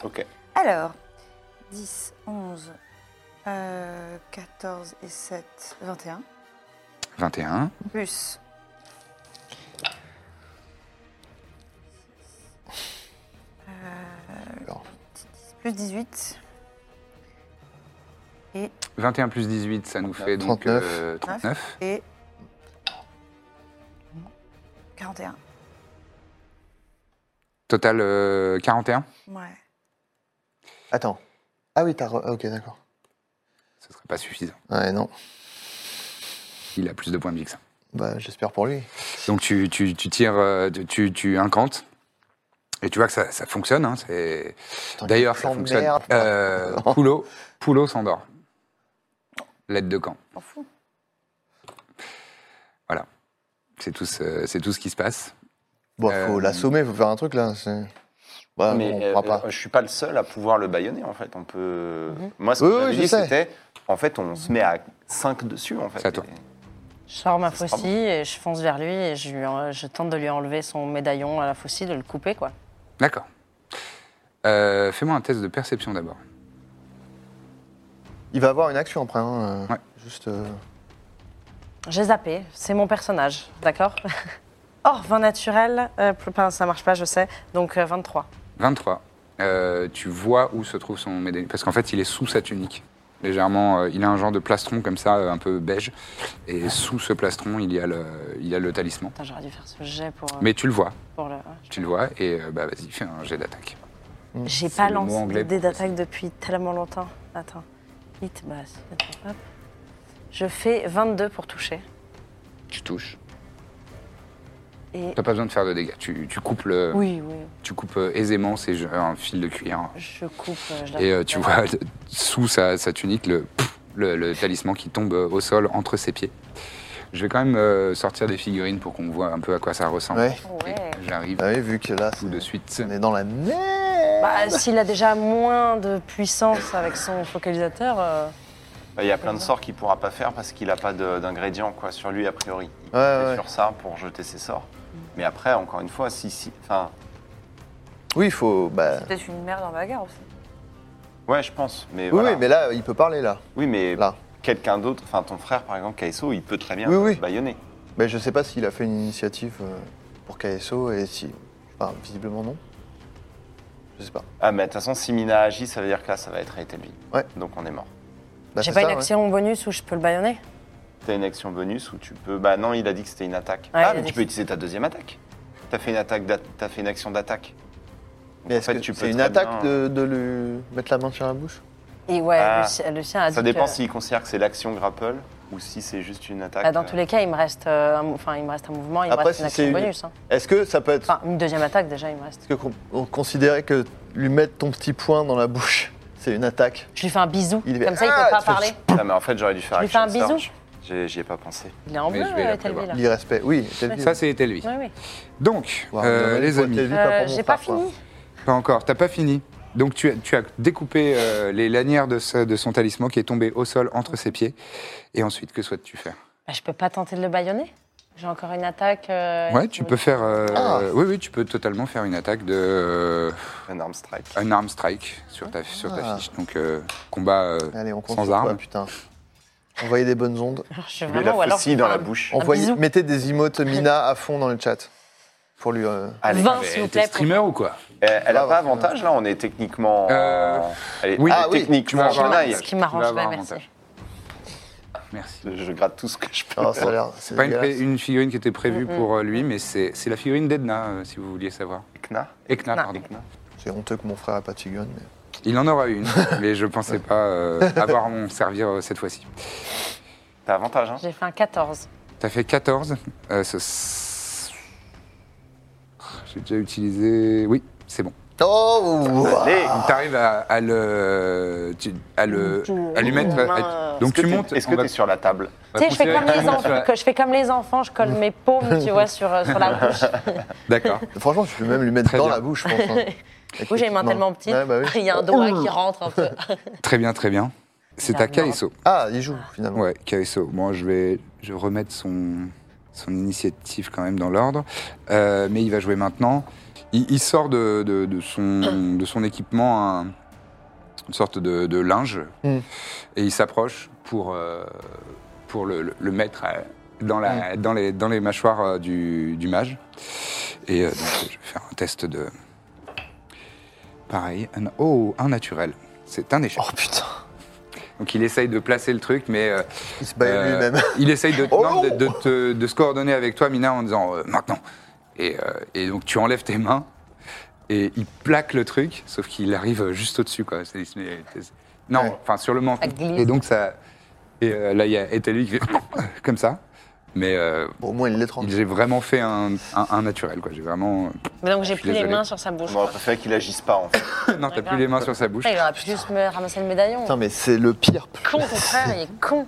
[SPEAKER 5] Ok.
[SPEAKER 6] Alors, 10, 11, euh, 14 et 7, 21.
[SPEAKER 2] 21.
[SPEAKER 6] Plus. Euh,
[SPEAKER 3] Alors.
[SPEAKER 6] plus 18.
[SPEAKER 2] 21 plus 18, ça nous fait donc
[SPEAKER 3] 39.
[SPEAKER 2] euh, 39.
[SPEAKER 6] et 41.
[SPEAKER 2] Total euh, 41.
[SPEAKER 6] Ouais.
[SPEAKER 3] Attends. Ah oui, t'as. re- ah, ok, d'accord.
[SPEAKER 2] Ce serait pas suffisant.
[SPEAKER 3] Ouais, non.
[SPEAKER 2] Il a plus de points de vie que ça.
[SPEAKER 3] Bah, j'espère pour lui.
[SPEAKER 2] Donc tu, tu, tu tires, euh, tu- tu, tu incantes. Et tu vois que ça, ça fonctionne. hein, c'est-
[SPEAKER 3] Putain,
[SPEAKER 2] D'ailleurs,
[SPEAKER 3] quel
[SPEAKER 2] ça
[SPEAKER 3] plan de
[SPEAKER 2] fonctionne.
[SPEAKER 3] merde.
[SPEAKER 2] Euh, Poulo, Poulo s'endort. L'aide de camp.
[SPEAKER 6] M'en fous.
[SPEAKER 2] C'est tout, ce, c'est tout ce qui se passe.
[SPEAKER 3] Bon, faut
[SPEAKER 2] euh,
[SPEAKER 3] l'assommer, faut faire un truc là. c'est- Bah,
[SPEAKER 5] mais
[SPEAKER 3] on
[SPEAKER 5] euh,
[SPEAKER 3] pourra pas.
[SPEAKER 5] euh, je suis pas le seul à pouvoir le baïonner en fait. On peut.
[SPEAKER 2] Mhm.
[SPEAKER 5] Moi, ce que
[SPEAKER 3] Oui,
[SPEAKER 5] j'avais
[SPEAKER 3] oui, je
[SPEAKER 5] dit,
[SPEAKER 3] sais.
[SPEAKER 5] c'était, en fait, on se met à 5 dessus en fait.
[SPEAKER 2] C'est à toi.
[SPEAKER 5] Et-
[SPEAKER 4] Je sors ma
[SPEAKER 5] Ça sera
[SPEAKER 4] faucille et je fonce vers lui et je, lui en- je tente de lui enlever son médaillon à la faucille, de le couper, quoi.
[SPEAKER 2] D'accord. Euh, Fais-moi un test de perception d'abord.
[SPEAKER 3] Il va avoir une action après. Hein. euh,
[SPEAKER 2] Ouais.
[SPEAKER 3] Juste. euh,
[SPEAKER 4] J'ai zappé, c'est mon personnage, d'accord Or, 20 naturel, euh, plus- enfin, ça marche pas, je sais, donc euh, 23.
[SPEAKER 2] 23. Euh, tu vois où se trouve son médaillon. Parce qu'en fait, il est sous sa tunique. Légèrement, euh, il a un genre de plastron comme ça, euh, un peu beige. Et sous ce plastron, il y a le, il y a le talisman.
[SPEAKER 4] Putain, j'aurais dû faire ce jet pour, euh,
[SPEAKER 2] Mais tu le vois,
[SPEAKER 4] pour le... ouais.
[SPEAKER 2] tu le vois, et euh, bah vas-y, fais un jet d'attaque.
[SPEAKER 4] J'ai
[SPEAKER 2] C'est
[SPEAKER 4] pas
[SPEAKER 2] le mot
[SPEAKER 4] lancé
[SPEAKER 2] anglais
[SPEAKER 4] de
[SPEAKER 2] pour ça.
[SPEAKER 4] dés d'attaque depuis tellement longtemps. Attends. Hit, bah, c'est- attends, hop. Je fais 22 pour toucher.
[SPEAKER 2] Tu touches.
[SPEAKER 4] Et...
[SPEAKER 2] T'as pas besoin de faire de dégâts. Tu, tu coupes, le,
[SPEAKER 4] Oui, oui,
[SPEAKER 2] tu coupes euh, aisément ces jeux- un fil de cuir.
[SPEAKER 4] je coupe. euh, je la
[SPEAKER 2] Et euh,
[SPEAKER 4] coupe,
[SPEAKER 2] tu
[SPEAKER 4] ouais.
[SPEAKER 2] vois, le- sous sa, sa tunique, le, pff, le, le talisman qui tombe euh, au sol entre ses pieds. Je vais quand même euh, sortir des figurines pour qu'on voit un peu à quoi ça ressemble.
[SPEAKER 3] Ouais.
[SPEAKER 2] Et
[SPEAKER 4] Ouais.
[SPEAKER 2] J'arrive
[SPEAKER 3] Bah oui, vu que là,
[SPEAKER 2] tout de
[SPEAKER 3] c'est-
[SPEAKER 2] suite.
[SPEAKER 3] on est dans la merde.
[SPEAKER 4] Bah, s'il a déjà moins de puissance avec son focalisateur, euh,
[SPEAKER 5] Bah, Il y a plein de sorts qu'il pourra pas faire parce qu'il a pas de- d'ingrédients quoi sur lui a priori. Il peut
[SPEAKER 3] Ouais,
[SPEAKER 5] aller
[SPEAKER 3] ouais.
[SPEAKER 5] sur ça pour jeter ses sorts. Mais après, encore une fois, si si, enfin,
[SPEAKER 3] Oui, il faut. Bah...
[SPEAKER 6] C'est peut-être une merde en bagarre aussi.
[SPEAKER 5] ouais, je pense. Mais
[SPEAKER 3] Oui,
[SPEAKER 5] voilà.
[SPEAKER 3] oui, mais là, il peut parler là.
[SPEAKER 5] Oui, mais
[SPEAKER 3] Là.
[SPEAKER 5] quelqu'un d'autre, enfin ton frère par exemple, Kaiso, il peut très bien
[SPEAKER 3] Oui, oui.
[SPEAKER 5] baïonner.
[SPEAKER 3] Mais je sais pas s'il a fait une initiative euh, pour KSO et si. Enfin, visiblement non. Je sais pas.
[SPEAKER 5] Ah, mais de toute façon, si Mina agit, ça veut dire que là, ça va être Etelvi.
[SPEAKER 3] Ouais.
[SPEAKER 5] Donc on est mort.
[SPEAKER 3] Bah,
[SPEAKER 4] j'ai
[SPEAKER 3] c'est
[SPEAKER 4] pas
[SPEAKER 3] ça,
[SPEAKER 4] une
[SPEAKER 3] ouais.
[SPEAKER 4] action bonus où je peux le baïonner.
[SPEAKER 5] T'as une action bonus où tu peux. Bah non, il a dit que c'était une attaque.
[SPEAKER 4] Ouais, il a
[SPEAKER 5] ah, mais
[SPEAKER 4] dit
[SPEAKER 5] tu
[SPEAKER 4] que
[SPEAKER 5] peux utiliser ta deuxième attaque. T'as fait une attaque, d'a- t'as fait une action d'attaque. Donc,
[SPEAKER 3] Mais est-ce que c'est une
[SPEAKER 5] très
[SPEAKER 3] attaque
[SPEAKER 5] bien- euh,
[SPEAKER 3] de, de lui mettre la main sur la bouche
[SPEAKER 4] Et ouais,
[SPEAKER 5] Ah.
[SPEAKER 4] Lucien, Lucien a dit
[SPEAKER 5] Ça dépend
[SPEAKER 4] que-
[SPEAKER 5] s'il considère que c'est l'action grapple ou si c'est juste une attaque.
[SPEAKER 4] Bah, dans tous les cas, il me reste, euh, un, mou- enfin, il me reste un mouvement, il me
[SPEAKER 3] Après,
[SPEAKER 4] reste
[SPEAKER 3] si
[SPEAKER 4] une
[SPEAKER 3] c'est
[SPEAKER 4] action
[SPEAKER 3] une-
[SPEAKER 4] bonus. hein.
[SPEAKER 3] Est-ce que ça peut être.
[SPEAKER 4] Enfin, une deuxième attaque déjà, il me reste.
[SPEAKER 3] Est-ce que con- on considérait que lui mettre ton petit poing dans la bouche, c'est une attaque
[SPEAKER 4] Je lui fais un bisou,
[SPEAKER 3] Il fait,
[SPEAKER 4] comme ça il
[SPEAKER 3] Ah,
[SPEAKER 4] peut pas
[SPEAKER 3] tu fais-
[SPEAKER 4] parler.
[SPEAKER 5] Ah, mais en fait, j'aurais dû faire
[SPEAKER 4] Je lui fais
[SPEAKER 5] action
[SPEAKER 4] un bisou.
[SPEAKER 5] surge. J'ai- J'y ai pas pensé.
[SPEAKER 4] Il est en
[SPEAKER 2] Mais
[SPEAKER 4] bleu,
[SPEAKER 2] je vais
[SPEAKER 4] euh,
[SPEAKER 2] l'appeler
[SPEAKER 4] Telvi,
[SPEAKER 2] voir.
[SPEAKER 4] là.
[SPEAKER 3] L'irrespect, oui. Telvi.
[SPEAKER 2] Ça, c'est Telvi.
[SPEAKER 4] Oui, oui.
[SPEAKER 2] Donc,
[SPEAKER 3] Wow,
[SPEAKER 2] euh,
[SPEAKER 3] désolé
[SPEAKER 2] les
[SPEAKER 3] pour
[SPEAKER 2] amis,
[SPEAKER 3] Telvi, pas hein, pour
[SPEAKER 4] Euh,
[SPEAKER 3] mon
[SPEAKER 4] J'ai
[SPEAKER 3] frère,
[SPEAKER 4] pas
[SPEAKER 3] quoi.
[SPEAKER 4] fini.
[SPEAKER 2] pas encore, t'as pas fini. Donc, tu as, tu as découpé euh, les lanières de, ce- de son talisman qui est tombé au sol entre ses pieds. Et ensuite, que souhaites-tu faire
[SPEAKER 4] Bah, je peux pas tenter de le baïonner. J'ai encore une attaque. euh,
[SPEAKER 2] Ouais, tu peux faire. euh,
[SPEAKER 3] Ah.
[SPEAKER 2] Oui, oui, tu peux totalement faire une attaque de. euh,
[SPEAKER 5] Un arm strike.
[SPEAKER 2] un arm strike sur ta, sur ta
[SPEAKER 3] Ah.
[SPEAKER 2] fiche. Donc, euh, combat euh,
[SPEAKER 3] Allez, on compte
[SPEAKER 2] sans
[SPEAKER 3] sur toi,
[SPEAKER 2] arme.
[SPEAKER 3] putain. Envoyez des bonnes ondes.
[SPEAKER 4] Alors, je suis
[SPEAKER 5] Mais la
[SPEAKER 4] vraiment, ou alors,
[SPEAKER 5] faucille dans la
[SPEAKER 4] enfin,
[SPEAKER 5] bouche.
[SPEAKER 4] Un
[SPEAKER 3] Envoyez,
[SPEAKER 4] bisou.
[SPEAKER 3] mettez des emotes Mina à fond dans le chat. pour lui. euh,
[SPEAKER 5] Allez.
[SPEAKER 4] 20,
[SPEAKER 2] Mais
[SPEAKER 4] s'il vous
[SPEAKER 2] T'es
[SPEAKER 4] plaît.
[SPEAKER 2] streamer ou quoi
[SPEAKER 5] Elle, elle a
[SPEAKER 3] Là,
[SPEAKER 5] pas
[SPEAKER 3] on va faire-
[SPEAKER 5] avantage là, on est techniquement.
[SPEAKER 2] Euh,
[SPEAKER 5] Elle est-
[SPEAKER 2] oui.
[SPEAKER 5] ah,
[SPEAKER 2] Ah oui, tu vas
[SPEAKER 5] techniquement
[SPEAKER 2] avoir
[SPEAKER 5] tenaille.
[SPEAKER 4] Ce qui m'arrange,
[SPEAKER 2] Tu vas avoir
[SPEAKER 4] ouais, merci.
[SPEAKER 2] avantage. Merci.
[SPEAKER 5] Je gratte tout ce que je peux.
[SPEAKER 3] Ah, ça a l'air. C'est
[SPEAKER 2] Pas une,
[SPEAKER 3] dégueulasse.
[SPEAKER 2] une figurine qui était prévue pour euh, lui, mais c'est c'est la figurine d'Edna, euh, si vous vouliez savoir.
[SPEAKER 5] Kna.
[SPEAKER 2] Ekna,
[SPEAKER 4] Non.
[SPEAKER 2] Ah, pardon.
[SPEAKER 3] C'est honteux que mon frère a pas de figurine, mais.
[SPEAKER 2] Il en aura une, mais je pensais pas euh, avoir à m'en servir euh, cette fois-ci.
[SPEAKER 5] T'as avantage, hein
[SPEAKER 4] J'ai fait un 14.
[SPEAKER 2] T'as fait 14. euh, ce- J'ai déjà utilisé. Oui, c'est bon.
[SPEAKER 3] Oh
[SPEAKER 5] Allez
[SPEAKER 2] Donc t'arrives à, à le, tu- à le, à lui mettre.
[SPEAKER 4] Mince.
[SPEAKER 2] à-
[SPEAKER 5] euh, Est-ce
[SPEAKER 2] donc
[SPEAKER 5] que
[SPEAKER 2] tu
[SPEAKER 5] t'es-
[SPEAKER 2] montes.
[SPEAKER 5] Est-ce
[SPEAKER 2] on
[SPEAKER 5] que
[SPEAKER 2] va-
[SPEAKER 5] t'es sur la table
[SPEAKER 2] on
[SPEAKER 4] Tu
[SPEAKER 2] va
[SPEAKER 4] sais, je fais, comme
[SPEAKER 2] considérer
[SPEAKER 4] les
[SPEAKER 2] que tu vas-
[SPEAKER 4] enfants, que je fais comme les enfants, je colle
[SPEAKER 2] Mm.
[SPEAKER 4] mes paumes, tu vois, sur, euh, sur la bouche.
[SPEAKER 2] D'accord.
[SPEAKER 3] Franchement, tu peux même lui mettre
[SPEAKER 2] Très
[SPEAKER 3] dans
[SPEAKER 2] bien.
[SPEAKER 3] la bouche, je pense. hein. Avec
[SPEAKER 4] Oui, j'ai
[SPEAKER 3] les
[SPEAKER 4] les mains
[SPEAKER 3] petites
[SPEAKER 4] tellement petites,
[SPEAKER 3] Ouais, bah oui.
[SPEAKER 4] il y a un doigt
[SPEAKER 2] Mm.
[SPEAKER 4] qui rentre un peu.
[SPEAKER 2] Très bien, très bien. C'est à
[SPEAKER 4] Bizarrement.
[SPEAKER 2] Kaiso.
[SPEAKER 3] Ah, il joue finalement.
[SPEAKER 2] Ouais, Kaiso. Moi, je vais, je vais remettre son, son initiative quand même dans l'ordre. Euh, mais il va jouer maintenant. Il, il sort de, de- de son, de son équipement un- une sorte de, de linge.
[SPEAKER 3] Mm.
[SPEAKER 2] Et il s'approche pour, euh, pour le, le- le mettre euh, dans, la, dans, les, dans les mâchoires euh, du, du mage. Et euh, donc, je vais faire un test de. Pareil. Un, oh, un naturel. C'est un échec.
[SPEAKER 3] Oh putain,
[SPEAKER 2] Donc il essaye de placer le truc, mais euh,
[SPEAKER 3] il se bat
[SPEAKER 2] euh,
[SPEAKER 3] Bah, lui-même.
[SPEAKER 2] il essaye de,
[SPEAKER 3] Oh
[SPEAKER 2] non, de, de te- de se coordonner avec toi, Mina, en disant euh, maintenant. Et, euh, et donc tu enlèves tes mains et il plaque le truc, sauf qu'il arrive juste au-dessus. quoi. C'est- c'est- c'est- Non,
[SPEAKER 3] Ouais.
[SPEAKER 2] enfin sur le menton.
[SPEAKER 4] Ça glisse.
[SPEAKER 2] Et donc ça. Et euh, là, il y a Ethelwig qui fait comme ça. Mais euh,
[SPEAKER 3] Bon, au moins, il l'étrangle.
[SPEAKER 2] j'ai vraiment fait un, un- un naturel. quoi. J'ai vraiment.
[SPEAKER 4] Mais donc j'ai
[SPEAKER 2] suis
[SPEAKER 4] plus les
[SPEAKER 2] désolé.
[SPEAKER 4] mains sur sa bouche.
[SPEAKER 5] On aurait préféré qu'il agisse pas en fait.
[SPEAKER 2] non, t'as plus les mains sur sa bouche.
[SPEAKER 4] Putain, Il aurait pu juste me ramasser le médaillon.
[SPEAKER 3] Putain, mais c'est le pire.
[SPEAKER 4] Con, ton frère, il est con.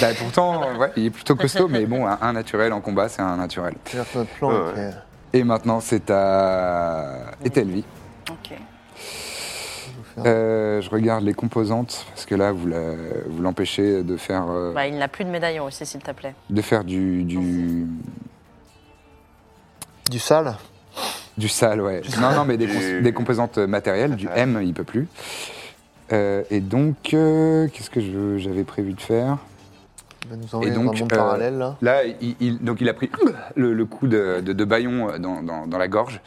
[SPEAKER 2] Bah, pourtant, ouais, il est plutôt costaud, mais bon, un- un naturel en combat, c'est un naturel.
[SPEAKER 3] C'est notre plan.
[SPEAKER 5] Ouais,
[SPEAKER 3] ok.
[SPEAKER 2] Et maintenant, c'est à Etelvi.
[SPEAKER 6] Ok.
[SPEAKER 2] Euh, je regarde les composantes, parce que là, vous la- vous l'empêchez de faire, euh,
[SPEAKER 4] Bah, il n'a plus de médaillon aussi, s'il te plaît.
[SPEAKER 2] de faire du, du,
[SPEAKER 3] Du sale
[SPEAKER 2] du sale, ouais. Non, non, mais des,
[SPEAKER 5] Du-
[SPEAKER 2] cons- des composantes matérielles, du M, il peut plus. Euh, et donc, euh, qu'est-ce que je- j'avais prévu de faire
[SPEAKER 3] Il va nous envoyer
[SPEAKER 2] Et donc,
[SPEAKER 3] dans un monde
[SPEAKER 2] euh,
[SPEAKER 3] parallèle là.
[SPEAKER 2] Là, il, il- donc il a pris le, le coup de, de, de baillon dans, dans- dans la gorge.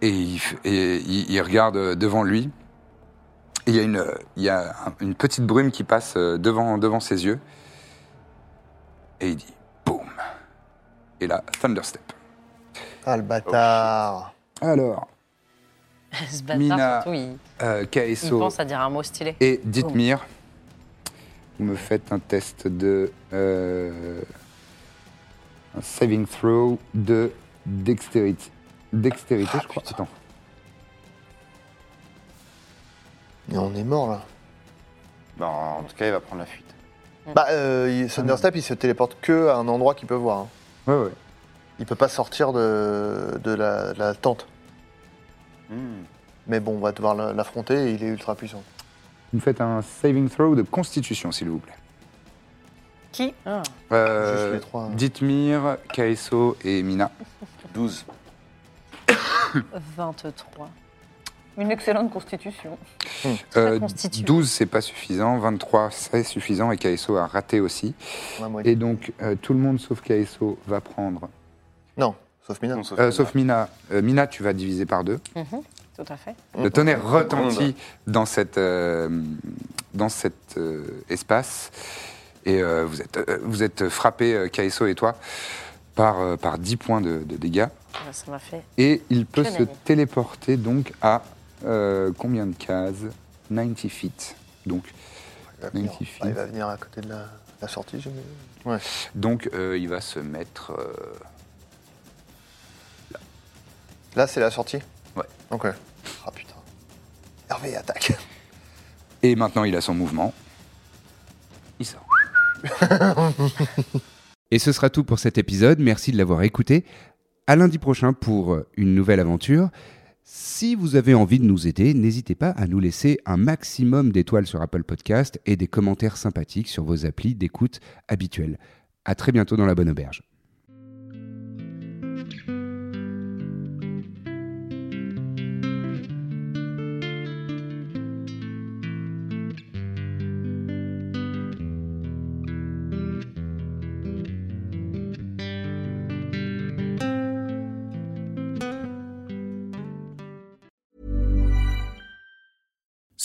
[SPEAKER 2] Et, il, f- et il- il regarde euh, devant lui. Et il y a une, euh, il y a un- une petite brume qui passe euh, devant, devant ses yeux. Et il dit Boum Et là, Thunderstep.
[SPEAKER 3] Ah, le
[SPEAKER 2] oh,
[SPEAKER 3] bâtard.
[SPEAKER 2] Alors,
[SPEAKER 4] Ce bâtard,
[SPEAKER 2] Mina.
[SPEAKER 4] surtout, il,
[SPEAKER 2] euh,
[SPEAKER 4] il
[SPEAKER 2] Kaeso
[SPEAKER 4] pense à dire un mot stylé.
[SPEAKER 2] et Dithmir, Oh. vous me faites un test de. euh, un saving throw de dextérité. Dextérité, Ah, je crois. Attends.
[SPEAKER 3] Mais on est mort là.
[SPEAKER 5] Non, en tout cas, il va prendre la fuite.
[SPEAKER 3] Bah, euh, il- Thunderstep, il se téléporte que à un endroit qu'il peut voir. hein.
[SPEAKER 2] Ouais, ouais.
[SPEAKER 3] Il peut pas sortir de, de la, de la tente.
[SPEAKER 5] Hmm.
[SPEAKER 3] Mais bon, on va devoir la- l'affronter. Il est ultra puissant.
[SPEAKER 2] Vous me faites un saving throw de constitution, s'il vous plaît.
[SPEAKER 6] Qui
[SPEAKER 4] Ah.
[SPEAKER 2] Euh,
[SPEAKER 3] Juste les trois.
[SPEAKER 2] Dithmir, Kaeso et Mina.
[SPEAKER 5] 12.
[SPEAKER 4] 23.
[SPEAKER 6] Une excellente constitution.
[SPEAKER 2] Euh,
[SPEAKER 4] constitué.
[SPEAKER 2] 12, c'est pas suffisant. 23, c'est suffisant. Et Kaeso a raté aussi.
[SPEAKER 3] Ouais, moi, il-
[SPEAKER 2] Et donc, euh, tout le monde sauf Kaeso va prendre.
[SPEAKER 3] Non, sauf Mina.
[SPEAKER 5] sauf
[SPEAKER 2] euh,
[SPEAKER 5] que-
[SPEAKER 2] sauf Mina. Euh, Mina, tu vas diviser par deux.
[SPEAKER 4] Tout à fait.
[SPEAKER 2] Le tonnerre retentit dans, cette, euh, dans cet euh, espace. Et euh, vous êtes, euh, vous êtes frappé, euh, Kaeso et toi, par, euh, par 10 points de, de dégâts.
[SPEAKER 4] Ouais, Ça m'a fait.
[SPEAKER 2] Et il peut
[SPEAKER 4] Quelle
[SPEAKER 2] se
[SPEAKER 4] année
[SPEAKER 2] téléporter donc à euh, combien de cases 90 feet. Donc,
[SPEAKER 3] Il va venir.
[SPEAKER 2] 90 feet.
[SPEAKER 3] Ah, il va venir à côté de la, la sortie. je- Ouais.
[SPEAKER 2] donc euh, il va se mettre. euh,
[SPEAKER 3] Là, c'est la sortie
[SPEAKER 2] Ouais.
[SPEAKER 3] Ok. Ah putain. Hervé, attaque.
[SPEAKER 2] et maintenant, il a son mouvement. Il sort.
[SPEAKER 7] Et ce sera tout pour cet épisode. Merci de l'avoir écouté. À lundi prochain pour une nouvelle aventure. Si vous avez envie de nous aider, n'hésitez pas à nous laisser un maximum d'étoiles sur Apple Podcast et des commentaires sympathiques sur vos applis d'écoute habituelles. À très bientôt dans la bonne auberge.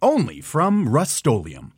[SPEAKER 8] Only from Rust-Oleum.